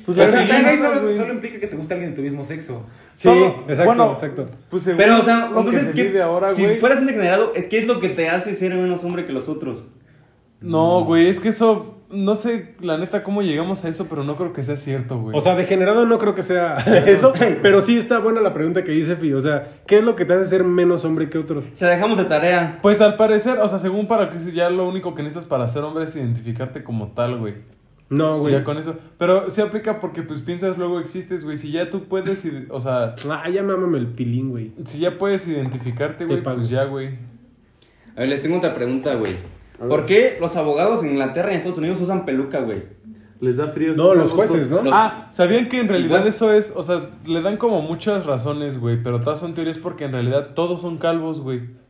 Speaker 3: Pues
Speaker 4: Pero
Speaker 3: la
Speaker 4: que
Speaker 3: verdad,
Speaker 4: sea gay
Speaker 3: no,
Speaker 4: solo,
Speaker 3: güey.
Speaker 4: solo implica que te gusta alguien de tu mismo sexo.
Speaker 3: Sí,
Speaker 1: Solo-
Speaker 3: exacto,
Speaker 1: bueno,
Speaker 3: exacto.
Speaker 1: Pues según
Speaker 2: Pero, o sea,
Speaker 1: lo que
Speaker 2: entonces,
Speaker 1: se
Speaker 2: ¿qué-
Speaker 1: vive ahora,
Speaker 2: si
Speaker 1: güey.
Speaker 2: fueras un degenerado, eh, ¿qué es lo que te hace ser menos hombre que los otros?
Speaker 1: No, güey, es que eso. No sé, la neta, cómo llegamos a eso, pero no creo que sea cierto, güey.
Speaker 3: O sea, degenerado no creo que sea eso, <laughs> pero sí está buena la pregunta que dice Fi. O sea, ¿qué es lo que te hace ser menos hombre que otros?
Speaker 2: O sea, dejamos de tarea.
Speaker 1: Pues al parecer, o sea, según para que ya lo único que necesitas para ser hombre es identificarte como tal, güey.
Speaker 3: No, güey.
Speaker 1: Ya con eso. Pero sí aplica porque, pues piensas, luego existes, güey. Si ya tú puedes. ide- O sea,
Speaker 3: Ah, ya mámame el pilín, güey.
Speaker 1: si ya puedes identificarte,
Speaker 3: Te
Speaker 1: güey,
Speaker 3: pago.
Speaker 1: pues ya, güey.
Speaker 2: A ver, les tengo otra pregunta, güey. ¿Por qué los abogados en Inglaterra y en Estados Unidos usan peluca, güey?
Speaker 1: Les da frío.
Speaker 3: No, los jueces, ¿no?
Speaker 2: Los-
Speaker 1: Ah, ¿sabían que en realidad
Speaker 2: Igual.
Speaker 1: eso es, o sea, le dan como muchas razones, güey, pero todas son teorías porque en realidad todos son calvos, güey.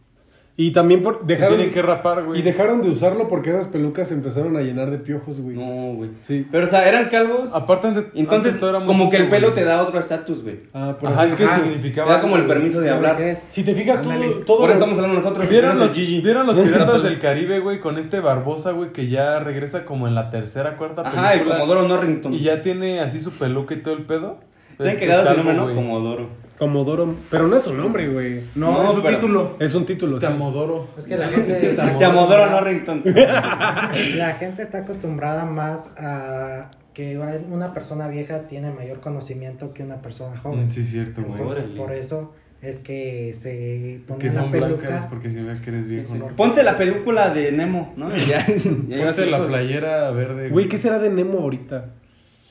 Speaker 3: Y también por
Speaker 1: Se
Speaker 3: dejaron
Speaker 1: tienen que rapar, güey.
Speaker 3: y dejaron de usarlo porque esas pelucas se empezaron a llenar de piojos, güey.
Speaker 2: No, güey.
Speaker 3: Sí.
Speaker 2: Pero, o sea, eran calvos.
Speaker 1: Aparte, ante-
Speaker 2: Entonces,
Speaker 1: Ah, antes todo era muy
Speaker 2: como que el
Speaker 1: sucio,
Speaker 2: pelo
Speaker 1: güey.
Speaker 2: te da otro estatus, güey.
Speaker 3: Ah, por
Speaker 1: Ajá, es
Speaker 3: eso-
Speaker 1: que
Speaker 4: Ajá.
Speaker 2: Te
Speaker 1: significaba.
Speaker 2: da como el permiso de hablar.
Speaker 5: Vejez.
Speaker 3: Si te fijas tú,
Speaker 5: Ándale.
Speaker 3: todo
Speaker 2: Por eso
Speaker 3: lo-
Speaker 2: estamos hablando nosotros.
Speaker 1: ¿Vieron
Speaker 2: Tenemos
Speaker 1: los,
Speaker 2: el Gigi.
Speaker 1: ¿Vieron los piratas del Caribe, güey, con este Barbosa, güey, que ya regresa como en la tercera, cuarta película?
Speaker 2: Ajá, el Comodoro Norrington.
Speaker 1: Y ya tiene así su peluca y todo el pedo.
Speaker 2: Se han
Speaker 1: Es que
Speaker 2: cagado
Speaker 1: es
Speaker 2: ese
Speaker 1: calvo,
Speaker 2: nombre, ¿no?
Speaker 1: güey. <laughs>
Speaker 2: Comodoro.
Speaker 3: Comodoro, pero no es su nombre, güey.
Speaker 4: No,
Speaker 2: No,
Speaker 4: es su
Speaker 2: pero-
Speaker 4: título.
Speaker 3: Es un título, sí.
Speaker 1: Tamodoro.
Speaker 5: Es que la gente,
Speaker 2: Comodoro Norrington.
Speaker 5: la gente está acostumbrada más a que una persona vieja tiene mayor conocimiento que una persona joven.
Speaker 1: Mm, Sí, cierto, güey.
Speaker 5: Entonces,
Speaker 2: Órale.
Speaker 5: por eso es que se pone
Speaker 1: Que
Speaker 5: la
Speaker 1: son blancas
Speaker 5: peluca.
Speaker 1: porque se ve que eres viejo. ¿no?
Speaker 2: Ponte la película de Nemo, ¿no? Y ya. <laughs> ya ibas
Speaker 1: Ponte la
Speaker 2: lejos.
Speaker 1: playera verde,
Speaker 3: Güey, ¿qué será de Nemo ahorita?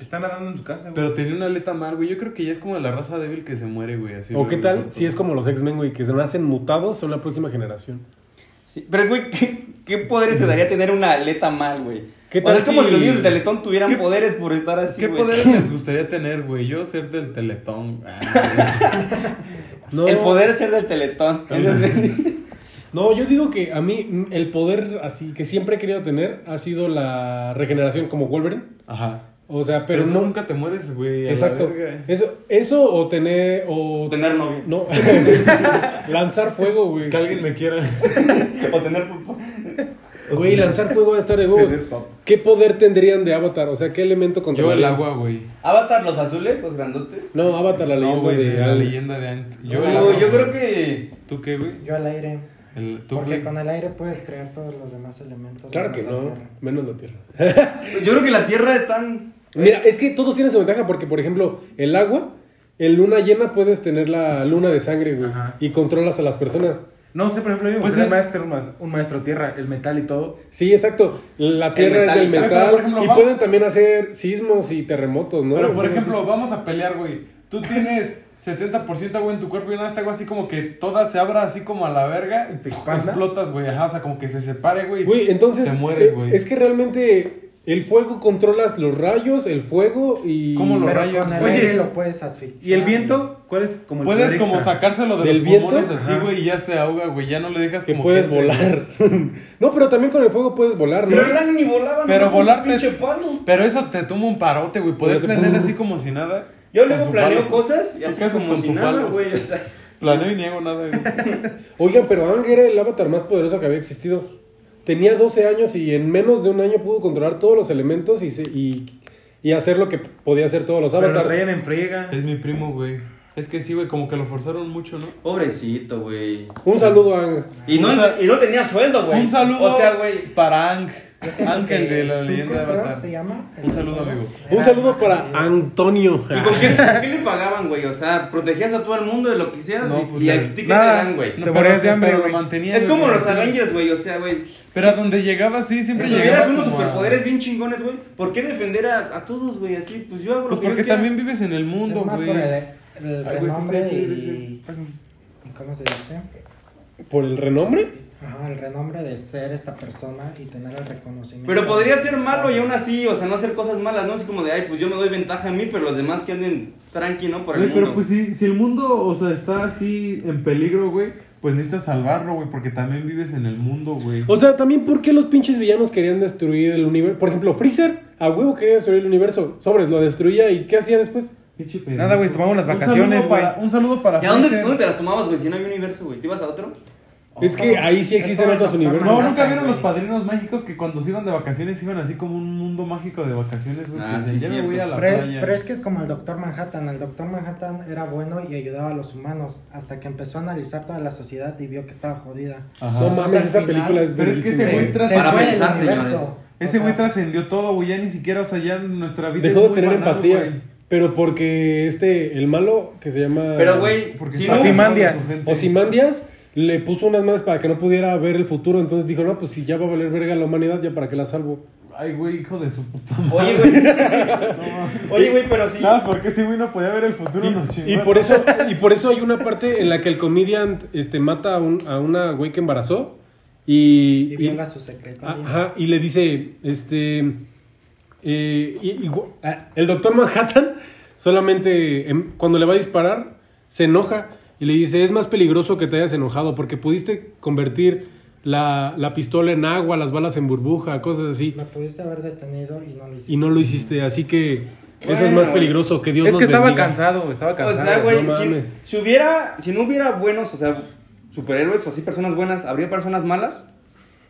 Speaker 4: Está nadando en su casa, güey.
Speaker 1: Pero tenía una aleta mal, güey. Yo creo que ya es como la raza débil que se muere, güey. Así
Speaker 3: ¿O
Speaker 1: luego,
Speaker 3: qué
Speaker 1: güey,
Speaker 3: tal si
Speaker 1: todo.
Speaker 3: es como los X-Men, güey, que se nacen mutados, son la próxima generación?
Speaker 2: Sí, Pero, güey, ¿qué, ¿qué poderes te daría tener una aleta mal, güey?
Speaker 3: ¿Qué
Speaker 2: O sea,
Speaker 3: tal
Speaker 2: es como
Speaker 3: si-
Speaker 2: si los niños de Teletón tuvieran
Speaker 1: ¿Qué-
Speaker 2: poderes por estar así,
Speaker 1: ¿Qué
Speaker 2: güey.
Speaker 1: poderes les gustaría tener, güey? Yo ser del Teletón. Ah,
Speaker 3: No,
Speaker 2: El poder es ser
Speaker 1: <laughs>
Speaker 2: del Teletón.
Speaker 3: No, yo digo que a mí mm, el poder así que siempre he querido tener ha sido la regeneración como Wolverine.
Speaker 1: Ajá.
Speaker 3: O sea,
Speaker 1: Pero,
Speaker 3: pero, no.
Speaker 1: nunca te mueres, güey. a la
Speaker 3: Exacto.
Speaker 1: verga.
Speaker 3: Eso, eso o tener. O
Speaker 2: O tener novio.
Speaker 3: No. <laughs> lanzar fuego, güey.
Speaker 1: Que alguien me quiera.
Speaker 2: <laughs> O tener pulpo.
Speaker 3: Güey, lanzar fuego va a estar de huevos.
Speaker 4: Tener papa.
Speaker 3: ¿Qué poder tendrían de Avatar? O sea, ¿qué elemento contra
Speaker 1: Yo el agua, güey.
Speaker 2: Avatar, los azules, los grandotes.
Speaker 3: No, Avatar, la leyenda
Speaker 1: No, güey,
Speaker 3: de,
Speaker 1: de la
Speaker 3: Aang.
Speaker 1: leyenda de Ank. Yo el
Speaker 2: No,
Speaker 1: agua.
Speaker 2: yo creo que.
Speaker 1: ¿Tú qué, güey?
Speaker 5: Yo al aire.
Speaker 1: El- ¿Tú,
Speaker 5: Porque
Speaker 1: güey?
Speaker 5: con el aire puedes crear todos los demás elementos.
Speaker 3: Claro que
Speaker 5: menos la
Speaker 3: no,
Speaker 5: tierra.
Speaker 3: menos la tierra.
Speaker 2: Yo creo que la tierra es tan.
Speaker 3: Mira, es que todos tienen su ventaja porque, por ejemplo, el agua, en luna llena puedes tener la luna de sangre, güey,
Speaker 4: Ajá.
Speaker 3: y controlas a las personas.
Speaker 4: No sé, por ejemplo, yo me
Speaker 1: Pues
Speaker 4: gustaría
Speaker 1: es-
Speaker 4: más ser un mas- un maestro tierra, el metal y todo.
Speaker 3: Sí, exacto. La tierra es del
Speaker 1: Pero,
Speaker 2: metal.
Speaker 3: metal
Speaker 1: por ejemplo,
Speaker 3: y
Speaker 1: vamos-
Speaker 3: pueden también hacer sismos y terremotos, ¿no?
Speaker 1: Pero, por
Speaker 3: Entonces,
Speaker 1: ejemplo, vamos a pelear, güey. Tú tienes 70% agua en tu cuerpo y nada, esta agua así como que toda se abra así como a la verga.
Speaker 4: Se expanda.
Speaker 1: Explotas, güey. Ajá, o sea, como que se separe, güey.
Speaker 3: Güey, entonces
Speaker 1: Te mueres,
Speaker 3: eh,
Speaker 1: güey.
Speaker 3: es que realmente el fuego controlas los rayos, el fuego y
Speaker 1: ¿Cómo lo
Speaker 5: Pero
Speaker 1: rayos,
Speaker 5: con el
Speaker 4: güey.
Speaker 5: aire
Speaker 4: Oye,
Speaker 5: lo puedes asfixiar.
Speaker 4: ¿Y el viento? ¿Cuál es como el
Speaker 1: Puedes
Speaker 4: poder
Speaker 1: como
Speaker 4: extra?
Speaker 1: sacárselo de
Speaker 3: ¿Del
Speaker 1: los
Speaker 3: viento?
Speaker 1: pulmones así,
Speaker 4: Ajá.
Speaker 1: güey, y ya se ahoga, güey. Ya no le dejas
Speaker 3: que
Speaker 1: como
Speaker 3: puedes
Speaker 1: entre-
Speaker 3: volar. <laughs> no, pero también con el fuego puedes volar, ¿no?
Speaker 2: Pero eran ni volaban.
Speaker 1: Pero
Speaker 2: eran un
Speaker 1: volarte-
Speaker 2: Pinche palo.
Speaker 1: Pero eso te toma un parote, güey. Poder
Speaker 3: Pero te-
Speaker 1: prender así como si nada.
Speaker 2: Yo
Speaker 1: Con
Speaker 2: luego
Speaker 1: su
Speaker 2: planeo
Speaker 1: palo.
Speaker 2: cosas y
Speaker 1: ¿Tú
Speaker 2: así
Speaker 1: qué haces
Speaker 2: como
Speaker 1: con
Speaker 2: si
Speaker 1: tu
Speaker 2: nada,
Speaker 1: palo?
Speaker 2: güey. O sea,
Speaker 1: Planeo y niego nada,
Speaker 2: <laughs>
Speaker 1: güey.
Speaker 3: Oigan, pero Aang era el avatar más poderoso que había existido. Tenía 12 años y en menos de un año pudo controlar todos los elementos y, se- y, y hacer lo que podía hacer todos los
Speaker 4: Pero lo
Speaker 3: avatars.
Speaker 4: traían en friega.
Speaker 1: Es mi primo, güey. Es que sí, güey, como que lo forzaron mucho, ¿no?
Speaker 2: Pobrecito, güey.
Speaker 3: Un saludo, Ang.
Speaker 2: Y no,
Speaker 1: Un sal-
Speaker 2: y no tenía sueldo, güey.
Speaker 1: Un saludo
Speaker 2: O sea, güey.
Speaker 1: para Ang.
Speaker 5: Yo siento
Speaker 1: Ang,
Speaker 5: que
Speaker 1: el de la
Speaker 5: Zucker,
Speaker 1: leyenda de
Speaker 5: creo,
Speaker 1: Avatar.
Speaker 5: se llama.
Speaker 1: Un saludo, amigo.
Speaker 5: Era
Speaker 3: Un saludo
Speaker 5: más
Speaker 3: para
Speaker 5: conocido.
Speaker 3: Antonio.
Speaker 2: ¿Y con
Speaker 1: <laughs>
Speaker 2: qué, con qué le pagaban, güey? O sea, protegías a todo el mundo de lo que hicieras
Speaker 1: No,
Speaker 2: y-
Speaker 1: pues,
Speaker 2: y
Speaker 1: nada.
Speaker 2: aquí te
Speaker 4: Nada.
Speaker 2: dan, güey.
Speaker 4: Te morías de hambre,
Speaker 1: pero lo
Speaker 4: güey.
Speaker 1: mantenías.
Speaker 2: Es como
Speaker 1: güey,
Speaker 2: los
Speaker 1: así.
Speaker 2: Avengers, güey. O sea, güey. Si
Speaker 1: Pero a donde llegaba, sí, siempre
Speaker 2: tuvieras
Speaker 1: llegaba.
Speaker 2: unos
Speaker 1: como a-
Speaker 2: superpoderes bien chingones, güey. ¿Por qué defender a, a todos, güey? Así, pues yo hago lo
Speaker 1: Pues
Speaker 2: que yo
Speaker 1: porque
Speaker 2: quiera.
Speaker 1: también vives en el
Speaker 5: Es
Speaker 1: mundo,
Speaker 5: más
Speaker 1: güey.
Speaker 5: por el, el
Speaker 1: Ay, güey, este
Speaker 5: renombre
Speaker 1: está bien,
Speaker 5: y...
Speaker 1: ese. Pásame.
Speaker 5: ¿Cómo se dice?
Speaker 3: ¿Por el renombre?
Speaker 5: Ajá, el renombre de ser esta persona y tener el reconocimiento.
Speaker 2: Pero podría ser malo y aún así, o sea, no hacer cosas malas, ¿no? Así como de, ay, pues yo me doy ventaja a mí, pero los demás que anden tranqui, ¿no? Por el
Speaker 1: Güey,
Speaker 2: mundo.
Speaker 1: pero pues si, si el mundo, o sea, está así en peligro, güey, pues necesitas salvarlo, güey, porque también vives en el mundo, güey.
Speaker 3: O sea, también, ¿por qué los pinches villanos querían destruir el universo? Por ejemplo, Freezer, a huevo quería destruir el universo. Sobres, lo destruía y ¿qué hacía después?
Speaker 1: Pinche pendejo.
Speaker 4: Nada, güey, tomamos las
Speaker 1: Un
Speaker 4: vacaciones,
Speaker 1: saludo
Speaker 4: güey.
Speaker 1: para- Un saludo para
Speaker 2: ¿Y a dónde,
Speaker 1: Freezer.
Speaker 2: dónde te las tomabas, güey? Si no había universo, güey. ¿Te ibas a otro?
Speaker 3: es que ahí sí existen
Speaker 5: Estaba
Speaker 3: otros
Speaker 5: en la
Speaker 3: universos.
Speaker 1: No,
Speaker 5: Manhattan,
Speaker 1: nunca vieron
Speaker 5: güey.
Speaker 1: los padrinos mágicos que cuando se iban de vacaciones iban así como un mundo mágico de vacaciones, güey.
Speaker 2: Ah,
Speaker 1: que
Speaker 2: sí,
Speaker 1: decían, ya me
Speaker 2: cierto.
Speaker 1: voy a la
Speaker 5: Pero,
Speaker 1: playa.
Speaker 5: pero es que es como el Doctor Manhattan. El Doctor Manhattan era bueno y ayudaba a los humanos hasta que empezó a analizar toda la sociedad y vio que estaba jodida.
Speaker 1: Ajá.
Speaker 3: No
Speaker 5: O sea,
Speaker 3: mames,
Speaker 5: al
Speaker 3: esa
Speaker 5: final-
Speaker 3: película es
Speaker 1: Pero es que ese
Speaker 3: bellísima,
Speaker 1: güey
Speaker 3: güey.
Speaker 1: tras-
Speaker 5: Se
Speaker 2: Para
Speaker 5: fue el
Speaker 2: pensar,
Speaker 5: universo.
Speaker 2: señores.
Speaker 1: Ese
Speaker 5: O
Speaker 1: güey
Speaker 5: sea,
Speaker 1: trascendió todo, güey. Ya ni siquiera, o sea, ya nuestra vida
Speaker 3: Dejó
Speaker 1: es
Speaker 3: de
Speaker 1: muy
Speaker 3: tener
Speaker 1: banal,
Speaker 3: empatía.
Speaker 1: güey.
Speaker 3: Pero porque este, el malo que se llama.
Speaker 2: Pero, güey,
Speaker 1: Ah, Porque
Speaker 2: si
Speaker 1: está
Speaker 2: no...
Speaker 4: Ozymandias.
Speaker 1: abusando de su gente.
Speaker 3: Osimandias le puso unas madres para que no pudiera ver el futuro. Entonces dijo, no, pues si ya va a valer verga la humanidad, ya para qué la salvo.
Speaker 1: Ay, güey, hijo de su puta madre.
Speaker 2: Oye, güey. Oye, güey, pero
Speaker 1: <laughs>
Speaker 2: sí.
Speaker 1: Nada, más porque ese güey no podía ver el futuro, nos chingó.
Speaker 3: Y, y por eso, y por eso hay una parte en la que el comedian este, mata a, un- a una güey que embarazó. Y,
Speaker 5: Y
Speaker 3: y-
Speaker 5: viola su secretaria.
Speaker 3: Ah, Ajá, y le dice, este, eh, y- y- ah, el doctor Manhattan solamente em, cuando le va a disparar se enoja y le dice, es más peligroso que te hayas enojado porque pudiste convertir la, la pistola en agua, las balas en burbuja, cosas así,
Speaker 5: La pudiste haber detenido y no lo hiciste.
Speaker 3: y no lo hiciste, así que eso es
Speaker 2: Bueno.
Speaker 3: más peligroso que Dios
Speaker 4: es
Speaker 3: nos
Speaker 4: que estaba
Speaker 3: bendiga".
Speaker 4: cansado, estaba
Speaker 2: O
Speaker 4: cansado.
Speaker 2: sea, güey,
Speaker 3: no
Speaker 2: si,
Speaker 3: mames.
Speaker 2: si hubiera... Si no hubiera buenos, o sea, superhéroes o así, personas buenas, ¿habría personas malas?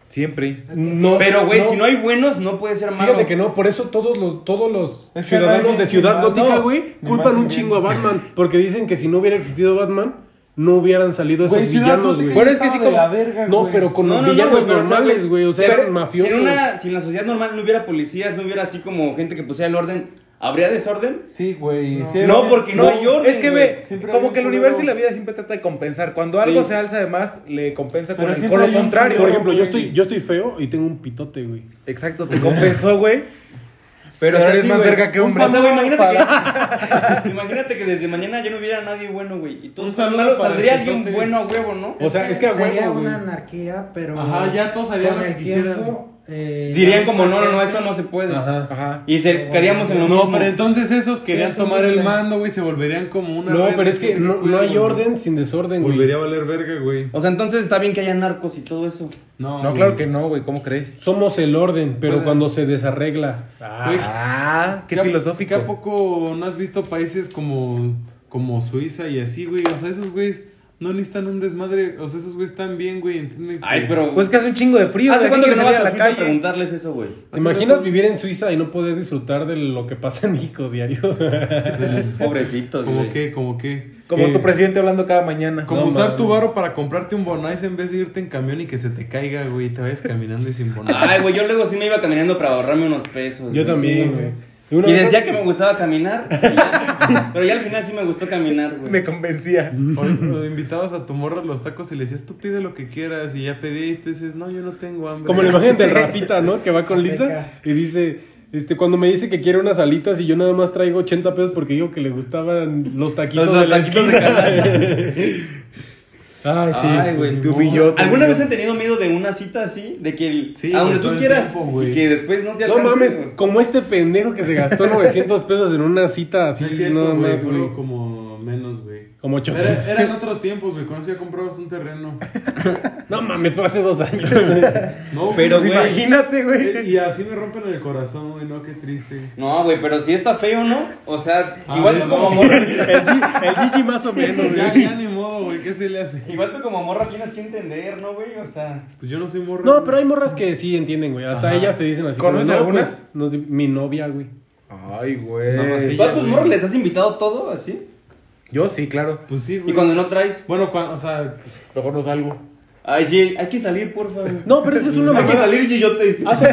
Speaker 4: Siempre.
Speaker 3: No,
Speaker 2: Pero, güey,
Speaker 3: no.
Speaker 2: si no hay buenos, no puede ser malo.
Speaker 3: Fíjate que no, por eso todos los, todos los
Speaker 1: Es que
Speaker 3: ciudadanos
Speaker 1: nadie
Speaker 3: de Ciudad
Speaker 1: chingado,
Speaker 3: Gótica,
Speaker 1: no,
Speaker 3: güey,
Speaker 1: ni
Speaker 3: culpan
Speaker 1: más
Speaker 3: un
Speaker 1: ni
Speaker 3: chingo a
Speaker 1: menos.
Speaker 3: Batman. Porque dicen que si no hubiera existido Batman, no hubieran salido esos
Speaker 1: Güey, Ciudad
Speaker 3: villanos,
Speaker 1: Gótica
Speaker 3: güey.
Speaker 1: ya
Speaker 4: Bueno, es que
Speaker 1: estaba de
Speaker 4: sí como-
Speaker 1: la verga,
Speaker 3: No,
Speaker 1: güey.
Speaker 3: pero con
Speaker 2: No,
Speaker 3: los
Speaker 2: no, no,
Speaker 3: villanos
Speaker 2: güey, pero, o sea,
Speaker 3: normales,
Speaker 2: güey,
Speaker 3: güey. O sea,
Speaker 2: pero
Speaker 3: eran mafiosos.
Speaker 2: Si en, una- si en la sociedad normal no hubiera policías, no hubiera así como gente que pusiera el orden, ¿habría desorden?
Speaker 1: Sí, güey.
Speaker 5: No.
Speaker 1: sí,
Speaker 2: No,
Speaker 1: sí.
Speaker 2: porque no, hay orden.
Speaker 4: es que
Speaker 2: güey.
Speaker 4: ve,
Speaker 1: Siempre hay
Speaker 4: como
Speaker 1: un
Speaker 4: que el
Speaker 1: culero.
Speaker 4: universo y la vida siempre trata de compensar. Cuando algo
Speaker 2: Sí.
Speaker 4: se alza de más, le compensa
Speaker 1: Pero
Speaker 4: con, el-
Speaker 1: siempre
Speaker 4: con lo
Speaker 1: hay un
Speaker 4: contrario.
Speaker 3: Por ejemplo, yo
Speaker 1: güey.
Speaker 3: estoy, yo estoy feo y tengo un pitote, güey.
Speaker 4: Exacto, te compensó, güey.
Speaker 2: Pero,
Speaker 4: Pero
Speaker 2: o sea,
Speaker 4: eres
Speaker 2: sí,
Speaker 4: más
Speaker 2: güey.
Speaker 4: verga que
Speaker 2: Un
Speaker 4: hombre.
Speaker 2: saludo,
Speaker 4: Para-
Speaker 2: imagínate, que, <laughs> imagínate que desde mañana ya no hubiera nadie bueno, güey. Y
Speaker 1: Un
Speaker 2: todos
Speaker 1: saludo
Speaker 2: malos
Speaker 1: para
Speaker 2: saldría
Speaker 1: el
Speaker 2: alguien
Speaker 1: pitote.
Speaker 2: bueno a huevo, ¿no?
Speaker 3: O sea, es que a
Speaker 5: Sería
Speaker 3: huevo, güey.
Speaker 5: una anarquía, pero.
Speaker 1: Ajá, ya todos harían
Speaker 5: con
Speaker 1: lo
Speaker 5: el
Speaker 1: que quisieran.
Speaker 5: tiempo, eh,
Speaker 2: Dirían
Speaker 5: la
Speaker 2: como, no, no, no,
Speaker 5: gente-
Speaker 2: esto no se puede.
Speaker 3: Ajá.
Speaker 4: Ajá.
Speaker 2: Y se quedaríamos en lo
Speaker 1: No,
Speaker 2: mismo.
Speaker 1: pero entonces esos querían
Speaker 5: es un
Speaker 1: tomar el
Speaker 5: culero.
Speaker 1: mando, güey, se volverían como una.
Speaker 3: No,
Speaker 1: red
Speaker 3: pero
Speaker 1: de
Speaker 3: es que
Speaker 1: gente
Speaker 3: no,
Speaker 1: cuida,
Speaker 3: no hay
Speaker 1: güey.
Speaker 3: orden sin desorden, güey.
Speaker 1: Volvería a valer verga, güey.
Speaker 2: O sea, entonces está bien que haya narcos y todo eso.
Speaker 1: No,
Speaker 4: No,
Speaker 1: güey.
Speaker 4: claro que no, güey, ¿cómo crees?
Speaker 3: Somos el orden, pero
Speaker 1: Puede-
Speaker 3: cuando se desarregla.
Speaker 1: Güey,
Speaker 4: Ah, qué
Speaker 1: ¿qué- ¿Qué
Speaker 4: filosófico.
Speaker 1: a poco no has visto países como, como Suiza y así, güey? O sea, esos güeyes no necesitan un desmadre. O sea, esos güeyes están bien, güey, entienden. que-
Speaker 2: Ay, pero.
Speaker 4: Pues que hace un chingo de frío.
Speaker 2: ¿Hace
Speaker 4: güey,
Speaker 2: cuánto que
Speaker 4: aquí
Speaker 2: no
Speaker 4: salir
Speaker 2: vas a
Speaker 4: la
Speaker 2: Suiza a
Speaker 4: calle?
Speaker 2: preguntarles eso, güey?
Speaker 3: ¿Te imaginas vivir en Suiza y no poder disfrutar de lo que pasa en México diario? <laughs>
Speaker 2: Pobrecitos,
Speaker 1: ¿Cómo
Speaker 2: güey.
Speaker 1: qué? ¿Cómo qué?
Speaker 4: Como
Speaker 3: Que-
Speaker 4: tu presidente hablando cada mañana.
Speaker 1: Como
Speaker 3: No
Speaker 1: usar tu
Speaker 3: mames.
Speaker 1: varo para comprarte un Bonais en vez de irte en camión y que se te caiga, güey, y te vayas caminando y sin Bonais.
Speaker 2: Ay, güey, yo luego sí me iba caminando para ahorrarme unos pesos.
Speaker 3: Yo
Speaker 2: güey.
Speaker 3: también,
Speaker 5: sí,
Speaker 3: güey.
Speaker 5: güey.
Speaker 3: una
Speaker 2: Y
Speaker 3: vez-
Speaker 2: decía que me gustaba
Speaker 3: <laughs>
Speaker 2: caminar, y ya. pero ya al final sí me gustó caminar, güey.
Speaker 4: Me convencía.
Speaker 1: O, o invitabas a tu morra a los tacos y le decías, tú pide lo que quieras, y ya pediste, y dices, no, yo no tengo hambre.
Speaker 3: Como la imagen del Rafita, ¿no? Que va con Lisa
Speaker 5: Venga.
Speaker 3: y dice, este, cuando me dice que quiere unas alitas y yo nada más traigo 80 pesos porque digo que le gustaban los taquitos
Speaker 2: Los
Speaker 3: de la
Speaker 2: taquitos de
Speaker 3: esquina. <laughs> Ay, sí.
Speaker 2: Ay, güey,
Speaker 1: pues,
Speaker 4: tu
Speaker 1: ni modo.
Speaker 4: billón.
Speaker 2: ¿Alguna vez han tenido miedo de una cita así? De que el-
Speaker 1: Sí,
Speaker 2: a donde
Speaker 1: güey, todo
Speaker 2: tú
Speaker 1: el
Speaker 2: quieras
Speaker 1: tiempo, güey.
Speaker 2: y que después no te
Speaker 3: no
Speaker 2: alcances.
Speaker 3: mames,
Speaker 2: güey.
Speaker 3: como este pendejo que se gastó 900 pesos en una cita así,
Speaker 1: No es cierto,
Speaker 3: nada
Speaker 1: güey,
Speaker 3: más,
Speaker 1: fueron
Speaker 3: güey.
Speaker 1: como menos, güey.
Speaker 3: Como
Speaker 1: Era,
Speaker 3: 800.
Speaker 1: eran otros tiempos, güey, cuando ya comprabas un terreno.
Speaker 3: No mames, fue hace dos años.
Speaker 1: No, güey,
Speaker 2: Pero,
Speaker 1: sí,
Speaker 2: güey.
Speaker 4: Imagínate, güey.
Speaker 1: Y así me rompen el corazón, güey, no, qué triste.
Speaker 2: No, güey, pero si está feo, ¿no? O sea,
Speaker 1: A
Speaker 2: igual
Speaker 1: ver,
Speaker 2: tú
Speaker 1: Ah, no.
Speaker 2: como morra,
Speaker 1: <laughs>
Speaker 3: el, G- el Gigi más o menos,
Speaker 1: Ya,
Speaker 3: güey.
Speaker 1: ya ni modo, güey, ¿qué se le hace?
Speaker 2: igual tú como morra tienes que entender, ¿no, güey? O sea,
Speaker 1: Pues yo no soy morra.
Speaker 3: No, pero hay morras que sí entienden, güey. Hasta
Speaker 1: Ajá.
Speaker 3: ellas te dicen así. como,
Speaker 4: ¿Conoces
Speaker 3: no,
Speaker 4: alguna?
Speaker 3: pues, no sé, mi novia, güey.
Speaker 4: Ay, güey.
Speaker 1: Nada más ella.
Speaker 2: ¿tú a tus
Speaker 1: güey.
Speaker 2: morros les has invitado todo así?
Speaker 4: Yo sí, claro.
Speaker 1: Pues sí, güey.
Speaker 2: Y cuando no traes,
Speaker 1: Bueno, cuando, o sea,
Speaker 2: Pues,
Speaker 4: Mejor no salgo.
Speaker 2: ay, sí, hay que salir, porfa.
Speaker 3: No, pero esa es una
Speaker 2: hay que
Speaker 3: mamada.
Speaker 2: salir, Gillote.
Speaker 3: Hace,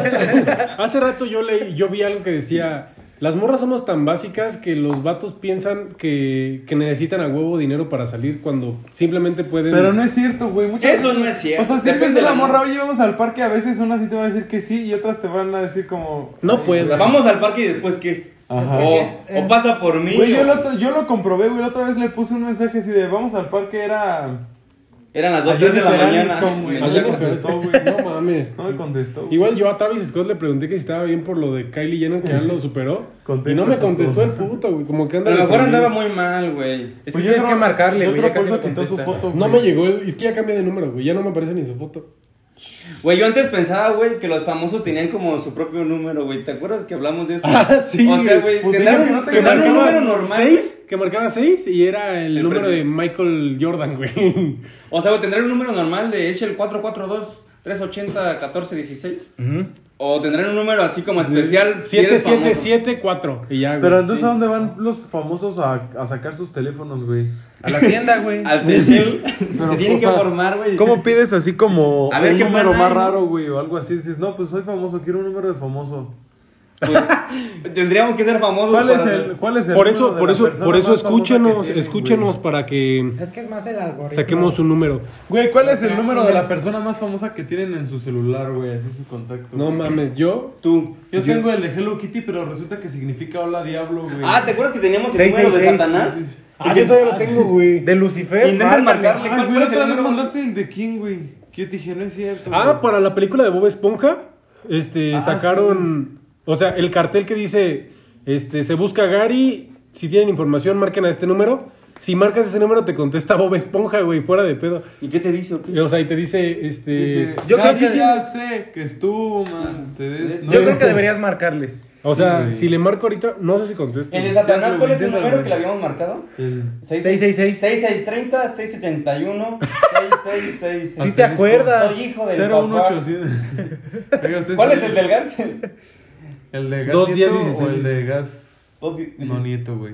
Speaker 3: hace rato yo leí, yo vi algo que decía, las morras somos tan básicas que los vatos piensan que, que necesitan a huevo dinero para salir cuando simplemente pueden...
Speaker 1: Pero no es cierto, güey. Muchas...
Speaker 2: Eso no es cierto.
Speaker 1: O sea, si
Speaker 2: Depende
Speaker 1: dices
Speaker 2: de la
Speaker 1: una morra,
Speaker 2: morra.
Speaker 1: oye, vamos al parque, a veces unas sí te van a decir que sí y otras te van a decir como...
Speaker 3: No, pues.
Speaker 2: O sea, vamos al parque y después qué.
Speaker 1: Ajá.
Speaker 2: O,
Speaker 5: Es-
Speaker 2: o pasa por mí.
Speaker 1: Güey, yo,
Speaker 2: o-
Speaker 1: el otro- yo lo comprobé, güey. La otra vez le puse un mensaje así de vamos al parque, era...
Speaker 2: Eran las 2
Speaker 1: Ayer
Speaker 2: de la
Speaker 1: literal,
Speaker 2: mañana.
Speaker 1: es como, güey,
Speaker 3: A
Speaker 1: no
Speaker 3: Jennifer
Speaker 1: me contestó,
Speaker 3: Aniston.
Speaker 1: güey.
Speaker 3: No mames.
Speaker 1: No me contestó. güey.
Speaker 3: Igual yo a Travis Scott le pregunté que si estaba bien por lo de Kylie Jenner, que ya lo superó.
Speaker 1: Contesta,
Speaker 3: y no me contestó el
Speaker 1: puto.
Speaker 3: puto, güey. Como que
Speaker 2: A
Speaker 3: anda...
Speaker 2: lo
Speaker 3: de
Speaker 2: mejor
Speaker 3: perdido.
Speaker 2: andaba muy mal, güey.
Speaker 1: Pues
Speaker 4: Es que
Speaker 1: yo
Speaker 4: tienes
Speaker 1: creo-
Speaker 4: que marcarle,
Speaker 1: yo
Speaker 4: güey.
Speaker 1: creo
Speaker 4: ya
Speaker 1: por
Speaker 4: casi
Speaker 1: eso
Speaker 4: no
Speaker 1: quitó su
Speaker 4: contesta.
Speaker 1: foto,
Speaker 3: No
Speaker 1: güey.
Speaker 3: me llegó el... Es que ya cambié de número, güey. Ya no me aparece ni su foto.
Speaker 2: Güey, yo antes pensaba, güey, que los famosos tenían como su propio número, güey. ¿Te acuerdas que
Speaker 1: <laughs>
Speaker 2: hablamos de eso?
Speaker 3: Ah, sí,
Speaker 2: O sea,
Speaker 1: güey.
Speaker 2: güey,
Speaker 1: Pues
Speaker 2: tendrán
Speaker 1: digan que
Speaker 2: un-
Speaker 1: no te-
Speaker 2: tendrán un
Speaker 3: marcaba
Speaker 2: número normal.
Speaker 3: seis, que marcaba 6 y era el,
Speaker 2: El
Speaker 3: número de
Speaker 2: presidente.
Speaker 3: Michael Jordan, güey.
Speaker 2: O sea, güey, tendrán un número normal de Eshel 442 380 1416.
Speaker 4: Ujú.
Speaker 2: O tendrán un número así como especial. si eres famoso.
Speaker 3: 7774. Y ya, güey.
Speaker 1: Pero entonces, ¿a dónde van los famosos a, a sacar sus teléfonos, güey?
Speaker 4: A la tienda, güey.
Speaker 2: Al Telcel.
Speaker 1: Pero,
Speaker 2: <laughs> Te tienen
Speaker 1: o
Speaker 2: que
Speaker 1: sea,
Speaker 2: formar, güey.
Speaker 1: ¿Cómo pides así como
Speaker 2: A ver
Speaker 1: un
Speaker 2: qué
Speaker 1: número
Speaker 2: plan
Speaker 1: más
Speaker 2: hay?
Speaker 1: raro, güey? O algo así. Dices, no, pues soy famoso, quiero un número de famoso.
Speaker 2: <laughs> Pues, tendríamos que ser famosos.
Speaker 1: ¿Cuál es
Speaker 2: para-
Speaker 1: el, cuál es el
Speaker 3: Por
Speaker 1: número
Speaker 3: eso,
Speaker 1: de
Speaker 3: por
Speaker 1: la
Speaker 3: eso,
Speaker 1: persona
Speaker 3: por eso
Speaker 1: más famosa que
Speaker 3: escúchenos,
Speaker 1: tienen,
Speaker 3: escúchenos
Speaker 1: güey?
Speaker 3: para que
Speaker 5: Es que es más el algoritmo.
Speaker 3: saquemos un número.
Speaker 1: Güey, ¿cuál es el número de la persona más famosa que tienen en su celular, güey? Así su contacto.
Speaker 3: No
Speaker 1: güey.
Speaker 3: mames, yo.
Speaker 2: Tú.
Speaker 1: Yo, tengo el de Hello Kitty, pero resulta que significa hola diablo, güey.
Speaker 2: Ah, ¿te acuerdas que teníamos el
Speaker 4: Seis,
Speaker 2: número
Speaker 4: seis,
Speaker 2: de
Speaker 4: seis,
Speaker 2: Satanás?
Speaker 1: Sí, sí, sí.
Speaker 3: Ah, yo todavía lo tengo, güey.
Speaker 4: De Lucifer.
Speaker 2: Intentan
Speaker 4: márcale.
Speaker 2: marcarle.
Speaker 1: Ay,
Speaker 2: ¿Cuál-
Speaker 1: güey,
Speaker 2: cuál es el
Speaker 1: otra vez
Speaker 2: número?
Speaker 1: mandaste el de King, güey. Que yo dije, no es cierto.
Speaker 3: Ah,
Speaker 1: güey.
Speaker 3: para la película de Bob Esponja, este,
Speaker 1: Ah,
Speaker 3: sacaron, o sea, el cartel que dice, este, se busca Gary, si tienen información, marquen a este número. Si marcas ese número, te contesta Bob Esponja, güey, fuera de pedo.
Speaker 2: ¿Y qué te dice o qué?
Speaker 3: O sea, y te dice, este...
Speaker 1: Dice,
Speaker 4: yo
Speaker 1: ya
Speaker 4: creo
Speaker 1: sé,
Speaker 4: que-
Speaker 1: ya sé que estuvo, man. Te des...
Speaker 4: Yo creo que deberías marcarles.
Speaker 3: o sea,
Speaker 1: güey. Eh,
Speaker 3: si le marco ahorita, no sé si contesta.
Speaker 2: ¿El de Satanás
Speaker 1: sí,
Speaker 2: cuál es el
Speaker 1: inténtalo,
Speaker 2: número
Speaker 1: güey.
Speaker 2: que le habíamos marcado?
Speaker 1: El-
Speaker 4: 666.
Speaker 2: 6630, 671, 6666.
Speaker 4: Sí te acuerdas.
Speaker 2: Soy hijo del
Speaker 1: <laughs>
Speaker 2: papá.
Speaker 1: 01800. Oiga, ¿usted
Speaker 2: ¿Cuál
Speaker 1: sabe
Speaker 2: es el del gas?
Speaker 1: este ¿El de gas
Speaker 3: Dos, diez,
Speaker 1: nieto o
Speaker 3: dieciséis.
Speaker 1: el de gas
Speaker 2: Dos, di-
Speaker 1: no nieto, güey?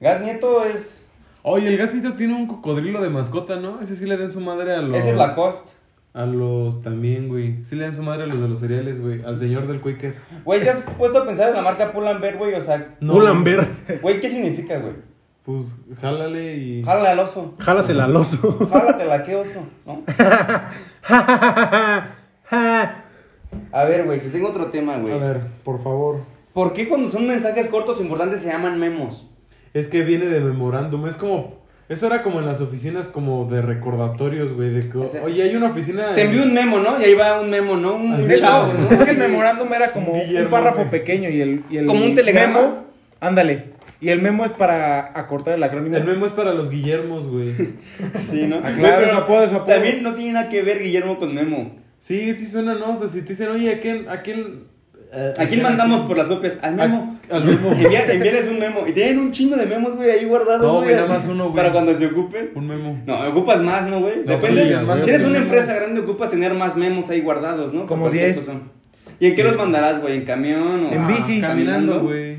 Speaker 2: Gas Nieto es.
Speaker 1: Oye, el gas nieto tiene un cocodrilo de mascota, ¿no? Ese sí le den su madre a los...
Speaker 2: Ese es la cost.
Speaker 1: A los también, güey. Sí le dan su madre a los de los cereales, güey. Al señor del Quaker.
Speaker 2: Güey, ¿te has puesto a pensar en la marca Pull&Bear, güey? O sea,
Speaker 1: No.
Speaker 3: Pull&Bear,
Speaker 2: güey, ¿qué significa, güey?
Speaker 1: Pues, jálale y...
Speaker 2: Jálala al oso.
Speaker 3: jálasela
Speaker 1: <laughs>
Speaker 3: al oso.
Speaker 2: Jálatela, qué oso, ¿no? A ver, güey, que tengo otro tema,
Speaker 1: A
Speaker 2: güey.
Speaker 1: ver, por favor.
Speaker 2: ¿Por qué cuando son mensajes cortos o importantes se llaman memos?
Speaker 1: Es que viene de memorándum, es como... Eso era como en las oficinas como de recordatorios, güey, de que...
Speaker 2: O sea,
Speaker 1: Oye, hay una oficina...
Speaker 2: Te envío un memo, ¿no? Y ahí va un memo, ¿no? Un
Speaker 1: Así
Speaker 4: Es-
Speaker 2: chao, ¿no?
Speaker 4: Es que el memorándum era como
Speaker 1: Guillermo,
Speaker 4: un párrafo
Speaker 1: güey.
Speaker 4: pequeño y el, y el
Speaker 2: Como un telegrama.
Speaker 4: memo- ándale. Y el memo es para acortar el acrónimo.
Speaker 1: El memo es para los Guillermos,
Speaker 2: <laughs>
Speaker 1: güey.
Speaker 2: Sí, ¿no?
Speaker 4: Ah,
Speaker 2: Güey,
Speaker 4: claro,
Speaker 2: pero
Speaker 4: su apodo, su apodo.
Speaker 2: También no tiene nada que ver Guillermo con Memo.
Speaker 1: Sí, sí suena, ¿no? O sea, si te dicen, oye, ¿a quién... ¿A quién, eh,
Speaker 2: ¿A quién mandamos por las copias? Al Memo.
Speaker 1: A- al Memo.
Speaker 2: Envía- envíales un memo. Y tienen un chingo de memos, güey, ahí guardados,
Speaker 1: No,
Speaker 2: güey.
Speaker 1: güey, nada más uno, güey.
Speaker 2: Para cuando se ocupe.
Speaker 1: Un memo.
Speaker 2: No, ocupas más, ¿no, güey?
Speaker 1: No,
Speaker 2: Depende.
Speaker 3: sí, ya, güey.
Speaker 2: si eres una
Speaker 1: Memo.
Speaker 2: empresa grande, ocupas tener más memos ahí guardados, ¿no?
Speaker 4: Como
Speaker 2: Por cualquier
Speaker 4: 10.
Speaker 2: cosa. ¿Y en qué los mandarás, güey? ¿En camión o...?
Speaker 4: En bici.
Speaker 1: Caminando, güey.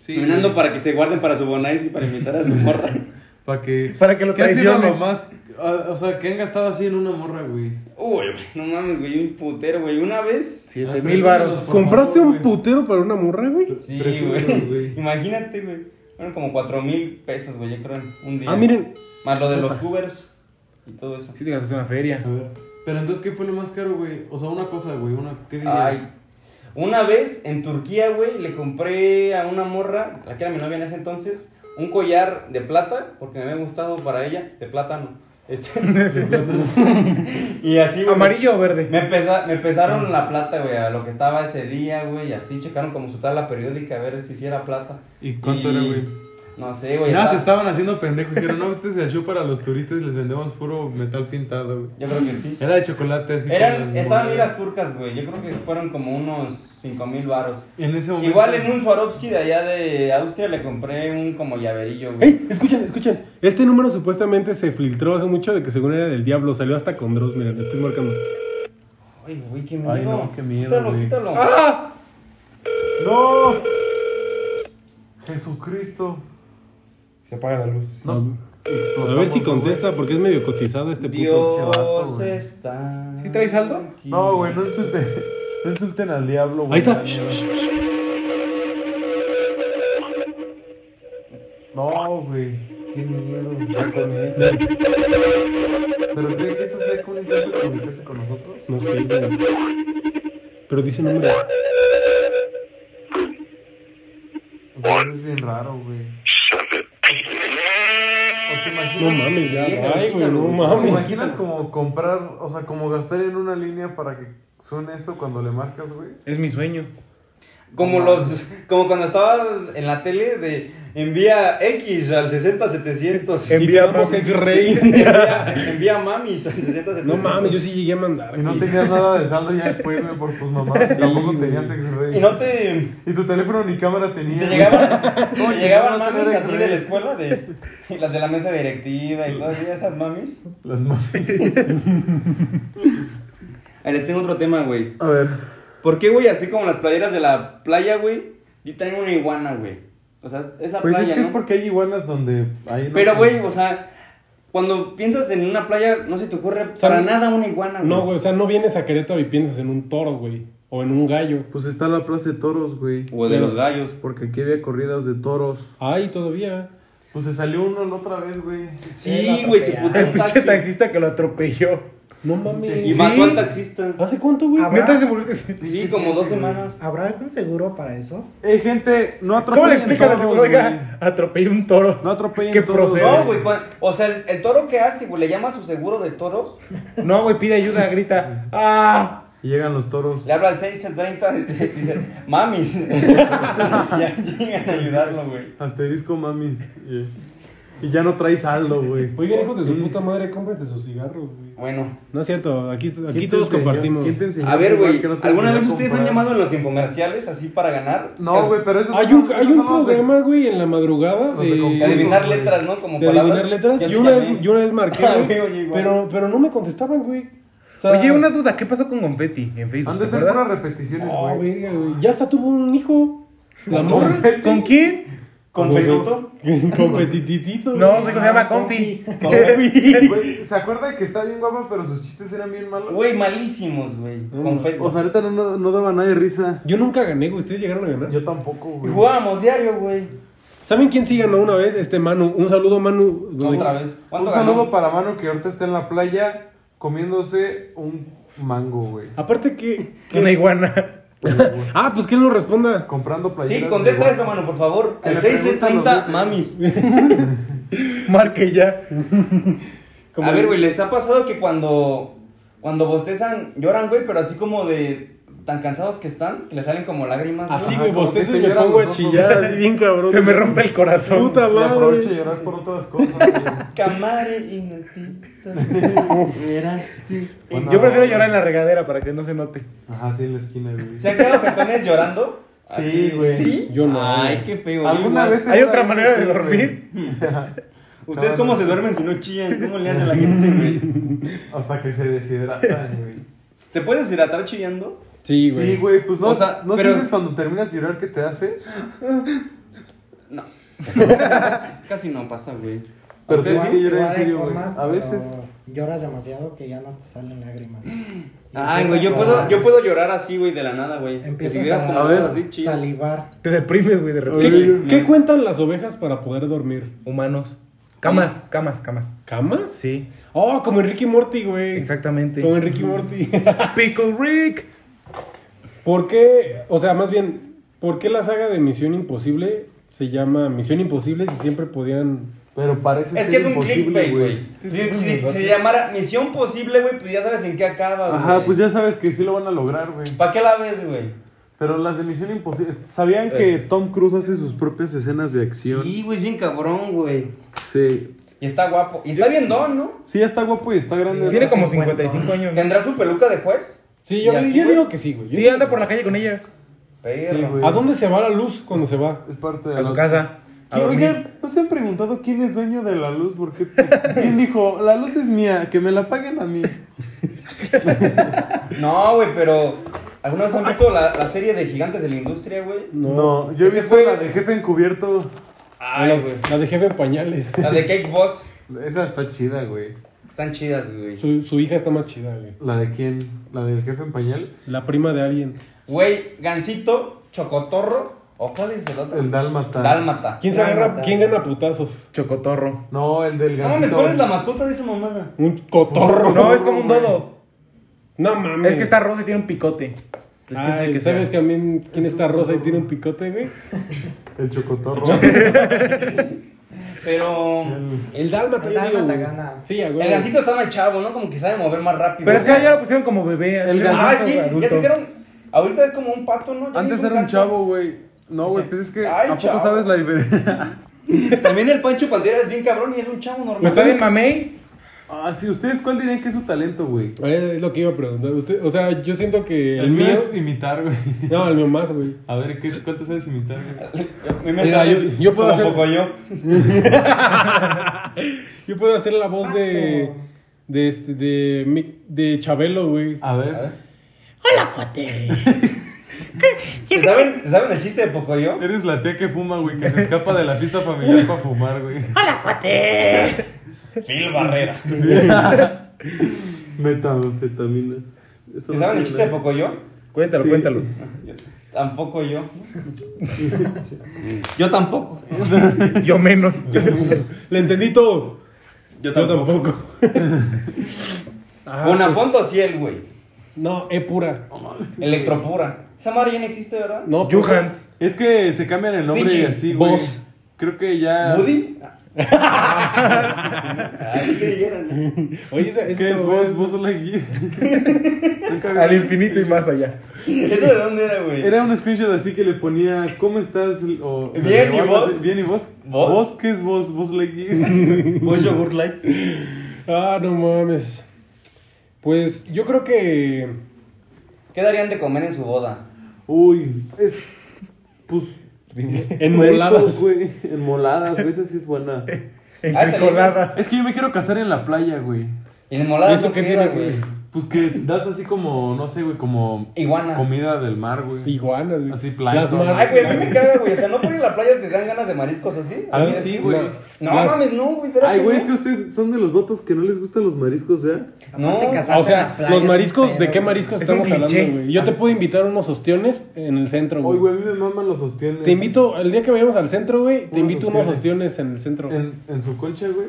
Speaker 1: Sí,
Speaker 2: Ah, Caminando
Speaker 1: güey.
Speaker 2: para que se guarden para su bonais y para invitar a su morra. <laughs>
Speaker 1: Para que...
Speaker 4: Para que lo
Speaker 1: ¿Qué ha sido
Speaker 4: traicione.
Speaker 1: lo más... a- O sea, que han gastado así en una morra, güey?
Speaker 2: Uy, güey, no mames, güey, un putero, güey. Una vez...
Speaker 1: Ah,
Speaker 4: Siete mil
Speaker 1: presúmenos,
Speaker 4: varos.
Speaker 1: por
Speaker 3: ¿Compraste
Speaker 1: favor, güey.
Speaker 3: un putero para una morra, güey?
Speaker 2: Sí,
Speaker 1: Presúmenos,
Speaker 2: güey. <laughs> Imagínate, güey. Fueron como cuatro mil pesos, güey, yo creo, en un día.
Speaker 3: Ah, miren.
Speaker 2: Más lo de los Ubers y todo eso.
Speaker 4: Si te gastas una feria.
Speaker 1: A ver. Pero entonces, ¿qué fue lo más caro, güey? O sea, una cosa, güey, una... ¿Qué dirías?
Speaker 2: Ay. Una vez en Turquía, güey, le compré a una morra, la que era mi novia en ese entonces, un collar de plata, porque me había gustado para ella, de plátano. <laughs> Este, y así, güey.
Speaker 4: ¿Amarillo o verde?
Speaker 2: Me, pesa- me pesaron la plata, güey, a lo que estaba ese día, güey, y así checaron como su tabla periódica a ver si sí era plata.
Speaker 1: <laughs> ¿Y cuánto era, güey?
Speaker 2: No sé, güey.
Speaker 1: Nada, se
Speaker 2: estaba-
Speaker 1: estaban haciendo pendejos. Dijeron, no, este es el show para los turistas y les vendemos puro metal pintado, güey.
Speaker 2: Yo creo que sí.
Speaker 1: Era de chocolate, así. con
Speaker 2: Eran,
Speaker 1: las
Speaker 2: estaban
Speaker 1: monedas.
Speaker 2: liras turcas, güey. Yo creo que fueron como unos 5 mil varos.
Speaker 1: En ese momento.
Speaker 2: Igual en un Swarovski de allá de Austria le compré un como llaverillo, güey.
Speaker 3: ¡Ey! Escuchen, escuchen. Este número supuestamente se filtró hace mucho de que según era del diablo. Salió hasta con Dross, miren, le estoy marcando.
Speaker 2: Ay, güey, qué miedo.
Speaker 1: Ay, no, qué miedo,
Speaker 2: Quítalo,
Speaker 1: güey.
Speaker 2: quítalo.
Speaker 4: ¡Ah!
Speaker 1: ¡No! Jesucristo.
Speaker 6: Se apaga la luz.
Speaker 3: A ver si contesta, porque es medio cotizado este puto.
Speaker 1: vato,
Speaker 2: Dios
Speaker 1: güey.
Speaker 2: está.
Speaker 6: ¿Sí traes saldo?
Speaker 2: aquí.
Speaker 1: No, güey, no insulten, no insulten al diablo, güey.
Speaker 3: Ahí está. Shh, shh, shh.
Speaker 1: No, güey, qué miedo.
Speaker 6: Ya con eso.
Speaker 1: ¿Pero creen que eso sea como un intento de comunicarse con nosotros?
Speaker 3: No sé, güey. Pero dice número.
Speaker 1: Güey, es bien raro, güey. ¿O te imaginas-
Speaker 3: No mames, ya.
Speaker 2: Bien,
Speaker 3: Ay, güey, no
Speaker 2: güey.
Speaker 1: ¿Te
Speaker 3: mames.
Speaker 1: imaginas como comprar, o sea, como gastar en una línea para que suene eso cuando le marcas, güey?
Speaker 4: Es mi sueño.
Speaker 2: Como los. Como cuando estaba en la tele de. Envía X al 60700. <laughs>
Speaker 4: Envía
Speaker 3: Enviamos
Speaker 4: mames.
Speaker 3: X-Ray.
Speaker 2: envía, envía mamis al 60700.
Speaker 3: No mames, yo sí llegué a mandar.
Speaker 1: Y no
Speaker 3: güey.
Speaker 1: tenías nada de saldo ya después, güey, por tus mamás. Tampoco
Speaker 3: güey.
Speaker 1: tenías X-Ray.
Speaker 2: Y no te.
Speaker 1: Y tu teléfono ni cámara tenía.
Speaker 2: Te <laughs> llegaban,
Speaker 1: No,
Speaker 2: te llegaban
Speaker 1: no tener
Speaker 2: mamis así
Speaker 1: X-ray.
Speaker 2: de la escuela, de, las de la mesa directiva y todas esas mamis.
Speaker 1: Las mames.
Speaker 2: Ahí les tengo otro tema, güey.
Speaker 1: A ver.
Speaker 2: ¿Por qué, güey, así como las playeras de la playa, güey? Y traen una iguana, güey. O sea, es la
Speaker 1: Pues
Speaker 2: playa,
Speaker 1: es que
Speaker 2: ¿no?
Speaker 1: es porque hay iguanas donde hay...
Speaker 2: Pero, güey, o sea, cuando piensas en una playa, no se te ocurre
Speaker 3: sea,
Speaker 2: para
Speaker 3: no-
Speaker 2: nada una iguana, güey.
Speaker 3: No, güey, o sea, no vienes a Querétaro y piensas en un toro, güey. O en un gallo.
Speaker 1: Pues está la Plaza de Toros, güey.
Speaker 2: O de los gallos.
Speaker 1: Porque aquí había corridas de toros.
Speaker 3: Ay, todavía.
Speaker 1: Pues se salió uno la otra vez, güey.
Speaker 2: Sí, güey, se puteó
Speaker 4: El
Speaker 2: un
Speaker 4: pinche
Speaker 2: taxi.
Speaker 4: taxista que lo atropelló.
Speaker 3: No
Speaker 2: Y
Speaker 3: mames.
Speaker 4: Sí.
Speaker 2: mató al taxista.
Speaker 3: ¿Hace cuánto, güey?
Speaker 5: Ah, bueno.
Speaker 4: Neta se murió.
Speaker 2: Sí, como dos semanas.
Speaker 5: ¿Habrá algún seguro para eso?
Speaker 1: Eh, gente, no atropellen
Speaker 4: ¿Cómo le explicas al
Speaker 1: toros,
Speaker 4: seguro?
Speaker 1: güey.
Speaker 4: Oiga, atropellé un toro.
Speaker 1: No atropellen
Speaker 4: ¿Qué
Speaker 1: toros.
Speaker 4: procede?
Speaker 2: No, güey, cua- o sea, el, el toro que hace, güey, le llama a su seguro de toros.
Speaker 4: No, güey, pide ayuda, grita. ¡Ah!
Speaker 1: Y llegan los toros.
Speaker 2: Le habla al 630 y le dice, mamis. <laughs> ya llegan a ayudarlo, güey.
Speaker 1: Asterisco mamis. Y- Y ya no trae saldo, güey.
Speaker 3: Oigan, hijos de su puta madre, cómprate sus cigarros, güey.
Speaker 2: Bueno,
Speaker 3: No es cierto, aquí,
Speaker 1: ¿Quién
Speaker 3: aquí
Speaker 1: te
Speaker 3: todos
Speaker 1: enseñó-
Speaker 3: compartimos.
Speaker 1: ¿Quién te enseñó
Speaker 2: a ver,
Speaker 1: igual
Speaker 2: güey,
Speaker 1: que no te
Speaker 2: ¿alguna
Speaker 1: enseñó
Speaker 2: vez
Speaker 1: a
Speaker 2: ustedes han
Speaker 1: comprar?
Speaker 2: llamado en los infomerciales así para ganar?
Speaker 1: No, güey, pero eso
Speaker 3: Hay un, hay un programa, güey, en la madrugada
Speaker 1: Los de
Speaker 3: de...
Speaker 2: De adivinar
Speaker 1: güey.
Speaker 2: letras, ¿no? Como
Speaker 3: de
Speaker 2: palabras.
Speaker 3: adivinar letras.
Speaker 2: Ya
Speaker 3: Yo
Speaker 2: sí
Speaker 3: una,
Speaker 2: llamé.
Speaker 3: vez, yo una vez marqué,
Speaker 2: Ah,
Speaker 3: güey,
Speaker 2: güey, oye, igual.
Speaker 3: pero, pero no me contestaban, güey. O sea,
Speaker 4: Ah, Oye, una duda, ¿qué pasó con Confetti en Facebook?
Speaker 1: Han de
Speaker 4: ¿te
Speaker 1: ser
Speaker 4: acuerdas?
Speaker 1: puras repeticiones,
Speaker 3: Oh,
Speaker 1: güey.
Speaker 3: verga, güey. Ya hasta tuvo un hijo. La morra.
Speaker 4: ¿Con quién?
Speaker 2: ¿Con Feluto?
Speaker 3: Competititito.
Speaker 4: No, su hijo se llama Confi.
Speaker 1: <laughs> Güey, ¿Se acuerda que está bien guapa, pero sus chistes eran bien malos?
Speaker 2: Güey, malísimos, güey. Con Feluto.
Speaker 1: O sea, ahorita no, no, no daba nadie risa.
Speaker 3: Yo nunca gané, güey. Ustedes llegaron a ganar.
Speaker 1: Yo tampoco, güey.
Speaker 2: Jugábamos diario, güey.
Speaker 3: ¿Saben quién sí ganó una vez? Este Manu. Un saludo, Manu. güey.
Speaker 2: Otra vez. ¿Cuánto
Speaker 1: Un saludo
Speaker 2: ganó?
Speaker 1: para Manu que ahorita está en la playa comiéndose un mango, güey.
Speaker 3: Aparte que.
Speaker 4: <laughs> Una iguana. <laughs>
Speaker 3: Ah, pues que él nos responda.
Speaker 1: Comprando playeras.
Speaker 2: Sí,
Speaker 1: de
Speaker 2: contesta
Speaker 1: guapa.
Speaker 2: esto, mano, por favor.
Speaker 1: Que
Speaker 2: El
Speaker 1: le preguntan los
Speaker 2: 630
Speaker 1: dos, ¿eh?
Speaker 2: mamis.
Speaker 4: Marque ya.
Speaker 3: Como-
Speaker 2: A ver, güey, ¿les ha pasado que cuando, cuando bostezan lloran, güey, pero así como de tan cansados que están, que les salen Ah, como lágrimas?
Speaker 3: Así,
Speaker 1: Ajá,
Speaker 3: güey,
Speaker 1: como
Speaker 3: bostezo
Speaker 1: que
Speaker 3: y
Speaker 1: te
Speaker 3: me
Speaker 1: lloran
Speaker 3: pongo a
Speaker 1: los ojos.
Speaker 3: chillar.
Speaker 4: <laughs>
Speaker 3: así bien cabrón.
Speaker 4: Se me rompe el corazón.
Speaker 3: Puta
Speaker 1: Y aprovecho a
Speaker 3: madre.
Speaker 1: llorar por otras cosas. güey.
Speaker 2: Camare inatito. Mira, sí.
Speaker 1: Bueno,
Speaker 4: Yo prefiero llorar en la regadera para que no se note.
Speaker 1: Ajá, sí, en la esquina, güey.
Speaker 2: ¿Se han quedado jetones llorando?
Speaker 1: Sí,
Speaker 2: Así,
Speaker 1: güey.
Speaker 2: ¿Sí?
Speaker 3: Yo no,
Speaker 2: Ay,
Speaker 3: güey.
Speaker 2: qué feo. yo
Speaker 1: ¿Alguna
Speaker 2: igual.
Speaker 1: vez
Speaker 4: ¿Hay otra
Speaker 1: en la-
Speaker 4: manera de
Speaker 1: sí, güey.
Speaker 4: dormir?
Speaker 2: ¿Ustedes cómo se duermen si no chillan? ¿Cómo le hacen a la gente, güey?
Speaker 1: Hasta que se deshidratan, güey.
Speaker 2: ¿Te puedes hidratar chillando?
Speaker 3: Sí, güey.
Speaker 1: Sí, güey, pues no,
Speaker 2: O sea,
Speaker 1: ¿no
Speaker 2: pero-
Speaker 1: sientes cuando terminas de llorar que te hace?
Speaker 2: No. <laughs> Casi no pasa, güey.
Speaker 1: Pero
Speaker 2: ¿Ustedes
Speaker 1: tú
Speaker 2: sí?
Speaker 1: sí. lloré en
Speaker 5: Igual hay
Speaker 1: serio, güey.
Speaker 5: formas,
Speaker 1: A veces.
Speaker 5: pero Lloras demasiado que ya no te salen lágrimas. Y
Speaker 2: Ay,
Speaker 5: empiezas
Speaker 2: güey, yo
Speaker 5: a-
Speaker 2: puedo, yo puedo llorar así, güey, de la nada, güey. Que si
Speaker 5: Empiezas
Speaker 2: vieras
Speaker 5: a-
Speaker 2: como
Speaker 1: a ver.
Speaker 2: así, chillas.
Speaker 5: Salivar.
Speaker 4: Te deprimes, güey, de
Speaker 3: ¿Qué,
Speaker 4: repente.
Speaker 3: qué cuentan las ovejas para poder dormir?
Speaker 4: Humanos. Camas, camas, camas.
Speaker 3: ¿Camas?
Speaker 4: Sí,
Speaker 3: Oh, como Enrique Morty, güey.
Speaker 4: exactamente.
Speaker 3: Como Enrique Morty.
Speaker 4: <laughs>
Speaker 3: <laughs>
Speaker 4: Pickle Rick.
Speaker 3: ¿Por qué? O sea, más bien, ¿por qué la saga de Misión Imposible se llama Misión Imposible si siempre podían.
Speaker 1: Pero parece
Speaker 2: Es
Speaker 1: ser
Speaker 2: que es un
Speaker 1: imposible,
Speaker 2: clickbait,
Speaker 1: güey.
Speaker 2: güey. Si, si- si se llamara Misión Posible, güey, pues ya sabes en qué acaba, güey.
Speaker 1: Ajá, pues ya sabes que sí lo van a lograr, güey.
Speaker 2: ¿Para qué la ves, güey?
Speaker 1: Pero las de Misión Imposible. ¿Sabían que Tom Cruise hace sus propias escenas de acción?
Speaker 2: Sí, güey, es bien cabrón, güey.
Speaker 1: Sí.
Speaker 2: Y está guapo. Y está bien don, ¿no?
Speaker 1: Sí, ya está guapo y está grande.
Speaker 4: Tiene
Speaker 1: ¿no?
Speaker 4: como 55 años. ¿no?
Speaker 2: ¿Tendrá su peluca después?
Speaker 3: Sí, yo,
Speaker 2: ¿Y así,
Speaker 3: yo
Speaker 2: güey?
Speaker 3: digo que sí, güey. Yo
Speaker 4: Sí,
Speaker 3: digo
Speaker 4: anda
Speaker 3: que
Speaker 4: por
Speaker 3: sí.
Speaker 4: la calle con ella.
Speaker 2: Perro.
Speaker 1: Sí, güey.
Speaker 3: ¿A dónde se va la luz cuando se va?
Speaker 1: Es parte de
Speaker 4: A su
Speaker 1: la-
Speaker 4: casa. A
Speaker 1: ¿Qui-
Speaker 4: dormir.
Speaker 1: Oigan, ¿no se han preguntado quién es dueño de la luz? Porque quién dijo, la luz es mía, que me la paguen a mí.
Speaker 2: No, güey, pero. ¿Alguna vez han visto la, la serie de Gigantes de la Industria, güey?
Speaker 1: No, yo he
Speaker 2: Ese
Speaker 1: visto
Speaker 2: fue-
Speaker 1: la de jefe encubierto.
Speaker 2: Ay,
Speaker 3: Ah, la,
Speaker 2: güey.
Speaker 3: la dejé en pañales.
Speaker 2: La de Cake Boss.
Speaker 1: Esa está chida, güey.
Speaker 2: Están chidas, güey.
Speaker 3: Su, su hija está más chida, güey.
Speaker 1: ¿La de quién? ¿La del jefe en pañales?
Speaker 3: La prima de alguien.
Speaker 2: Güey, Gancito, Chocotorro. ¿O cuál es el otro?
Speaker 1: El Dálmata.
Speaker 2: Dálmata.
Speaker 3: ¿Quién se
Speaker 5: Gran
Speaker 3: agarra?
Speaker 5: batalla.
Speaker 3: ¿Quién gana putazos?
Speaker 4: Chocotorro.
Speaker 1: No, el del
Speaker 2: No
Speaker 1: gancito.
Speaker 2: mames, ¿cuál Ah, es la mascota de esa mamada?
Speaker 3: Un cotorro.
Speaker 4: No, es como un
Speaker 1: güey.
Speaker 4: dodo.
Speaker 3: <laughs> No mames.
Speaker 4: Es que está rosa y tiene un picote. Pues, quién sabe
Speaker 3: Ay,
Speaker 4: qué
Speaker 3: ¿sabes
Speaker 4: sea.
Speaker 3: también quién
Speaker 1: Es
Speaker 3: está
Speaker 1: un
Speaker 3: rosa y
Speaker 1: cotorro.
Speaker 3: tiene un picote, güey?
Speaker 1: El chocotorro.
Speaker 2: Pero.
Speaker 3: El dálmata.
Speaker 5: El
Speaker 3: yo digo,
Speaker 5: dálmata
Speaker 3: güey.
Speaker 5: gana.
Speaker 3: Sí, a
Speaker 2: El
Speaker 3: güey.
Speaker 2: Gancito está más chavo, ¿no? Como que sabe mover más rápido.
Speaker 4: Pero es que ya lo pusieron como bebé. así.
Speaker 1: El gancito,
Speaker 2: Ah, sí,
Speaker 3: güey,
Speaker 2: ya
Speaker 3: adulto.
Speaker 2: se quedaron. Ahorita es como un pato, ¿no?
Speaker 1: <laughs>
Speaker 2: Ya
Speaker 1: Antes
Speaker 2: hizo
Speaker 1: era un
Speaker 2: gato.
Speaker 1: chavo, güey. No, güey, pues es que
Speaker 2: Ay,
Speaker 1: ¿a poco
Speaker 2: chavo.
Speaker 1: sabes la diferencia?
Speaker 2: <laughs>
Speaker 1: <laughs>
Speaker 2: También el Pancho Pantera es bien cabrón y es un chavo normal.
Speaker 4: ¿Me está bien mamey?
Speaker 1: ah, sí, ¿ustedes cuál dirían que es su talento, güey?
Speaker 3: A ver, Eh, Es lo que iba a preguntar. Usted, o sea, yo siento que el,
Speaker 1: El mío
Speaker 3: mío.
Speaker 1: es imitar, güey. <laughs>
Speaker 3: <laughs> No, el mío más, güey.
Speaker 1: A ver, ¿qué, ¿cuál te sabes imitar, güey?
Speaker 2: Me- me
Speaker 3: Mira,
Speaker 2: sabes
Speaker 3: yo- yo puedo
Speaker 2: como
Speaker 3: hacer-
Speaker 2: Pocoyo.
Speaker 3: Yo puedo hacer la voz de.
Speaker 5: Pato.
Speaker 3: De, este, de, mi- de Chabelo, güey.
Speaker 1: A ver.
Speaker 2: A ver.
Speaker 6: Hola, cuate.
Speaker 2: ¿Se saben, se saben el chiste de Pocoyo?
Speaker 1: Eres la tía que fuma, güey, que se escapa de la fiesta familiar para fumar, güey.
Speaker 6: Hola, cuate.
Speaker 2: Phil Barrera.
Speaker 1: Metanfetamina. Eso
Speaker 2: ¿Se
Speaker 1: no
Speaker 2: saben el
Speaker 1: tiene
Speaker 2: chiste de
Speaker 1: nada.
Speaker 2: Pocoyo?
Speaker 4: Cuéntalo,
Speaker 1: Sí.
Speaker 4: cuéntalo.
Speaker 2: Yo- Tampoco yo. Yo tampoco.
Speaker 4: Yo menos.
Speaker 3: Le entendí todo.
Speaker 2: Yo
Speaker 3: Ajá, pues,
Speaker 2: Bonafonte sí, el güey.
Speaker 3: No, es pura.
Speaker 2: Electropura. Esa madre ya no existe, ¿verdad?
Speaker 3: No, pues,
Speaker 4: Juhans.
Speaker 1: Es que se cambian el nombre
Speaker 2: Finchi,
Speaker 1: y así, güey.
Speaker 3: vos.
Speaker 1: Creo que ya.
Speaker 2: ¿Woody? Ah. <laughs> Ay, qué dijeron.
Speaker 3: Oye, esa-
Speaker 1: ¿Qué es
Speaker 3: como-
Speaker 1: vos? Vos sola guía. Nunca había
Speaker 4: Al
Speaker 1: visto.
Speaker 4: infinito y más allá.
Speaker 2: ¿Eso de dónde era, güey?
Speaker 1: Era un screenshot así que le ponía, ¿cómo estás? O,
Speaker 2: Bien, ¿y
Speaker 1: o algo
Speaker 2: vos?
Speaker 1: así, Bien, ¿y vos?
Speaker 2: ¿Vos?
Speaker 1: ¿Vos qué es vos? ¿Vos la guía? <laughs>
Speaker 2: ¿Vos yogurt light?
Speaker 3: Ah, no mames. Pues yo creo que.
Speaker 2: ¿Qué darían de comer en su boda?
Speaker 1: Uy, es. Pues.
Speaker 3: Enmoladas.
Speaker 1: ricos, güey. Enmoladas, güey. Esa sí es buena.
Speaker 4: Enricoladas.
Speaker 1: Es que yo me quiero casar en la playa, güey.
Speaker 2: Y de molada
Speaker 3: ¿Eso
Speaker 2: no
Speaker 3: qué
Speaker 2: queda,
Speaker 3: tiene, güey?
Speaker 1: Pues que das así como, no sé, güey, como.
Speaker 2: Iguanas.
Speaker 1: Comida del mar, güey.
Speaker 3: Iguanas, güey.
Speaker 1: Así,
Speaker 3: Las
Speaker 1: plancton.
Speaker 3: mar-
Speaker 2: Ay, güey, a mí me caga, güey. O sea, no por ir a la playa te dan ganas de mariscos así.
Speaker 1: A mí
Speaker 3: Las-
Speaker 1: sí, güey.
Speaker 2: No
Speaker 3: las-
Speaker 2: mames, no, güey. espérate,
Speaker 1: Ay, güey,
Speaker 2: no.
Speaker 1: es que ustedes son de los votos que no les gustan los mariscos, ¿vea?
Speaker 2: No,
Speaker 5: Aparte,
Speaker 3: Ah, O
Speaker 5: casarse en la
Speaker 3: sea,
Speaker 5: playa
Speaker 3: los
Speaker 5: es un
Speaker 3: mariscos, ¿de
Speaker 5: pedo,
Speaker 3: qué
Speaker 5: güey.
Speaker 3: mariscos
Speaker 4: Es un
Speaker 3: estamos hablando,
Speaker 4: cliché.
Speaker 3: güey? Yo te puedo invitar unos ostiones en el centro,
Speaker 1: Oye, güey,
Speaker 3: güey.
Speaker 1: a mí me maman los ostiones.
Speaker 3: Te invito, el día que vayamos al centro, güey, te
Speaker 1: Unos
Speaker 3: invito unos
Speaker 1: ostiones.
Speaker 3: ostiones en el centro. En,
Speaker 1: En, en su concha, güey.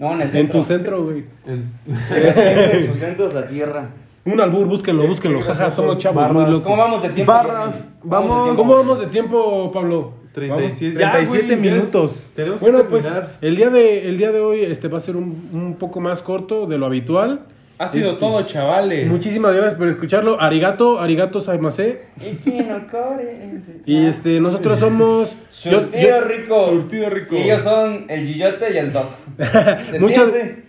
Speaker 2: no, en el centro.
Speaker 3: tu centro, güey.
Speaker 1: En...
Speaker 2: en tu centro es la tierra.
Speaker 3: Un albur, búsquenlo, búsquenlo. Jaja, somos chavos muy
Speaker 1: Barras.
Speaker 3: locos.
Speaker 2: ¿Cómo vamos de tiempo?
Speaker 1: Barras,
Speaker 2: Jeremy?
Speaker 1: vamos-
Speaker 3: ¿Cómo
Speaker 2: de tiempo?
Speaker 3: vamos de tiempo, Pablo?
Speaker 1: 37,
Speaker 4: Vamos,
Speaker 1: Ya, güey,
Speaker 4: 37
Speaker 1: ya es-
Speaker 4: minutos.
Speaker 1: Tenemos que
Speaker 3: Bueno, pues
Speaker 1: terminar.
Speaker 3: el día de, el día de hoy este, va a ser un, un poco más corto de lo habitual.
Speaker 1: Ha
Speaker 2: Este,
Speaker 1: sido todo, chavales.
Speaker 3: Muchísimas gracias por escucharlo. Arigato, arigato saimase.
Speaker 2: Y quién acore.
Speaker 3: Y este, nosotros somos... yo-
Speaker 2: Ah. Surtido
Speaker 3: yo-
Speaker 2: rico.
Speaker 1: Surtido rico.
Speaker 2: Y ellos son el Gillote y el Doc. Despídense.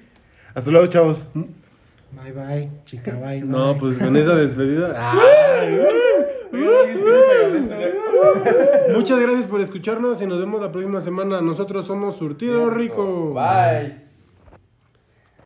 Speaker 4: Hasta luego, chavos.
Speaker 5: Bye bye, chica, bye.
Speaker 3: no,
Speaker 5: bye.
Speaker 3: pues con esa despedida... Ah. Muchas gracias por escucharnos y nos vemos la próxima semana. Nosotros somos Surtido Rico.
Speaker 2: Bye.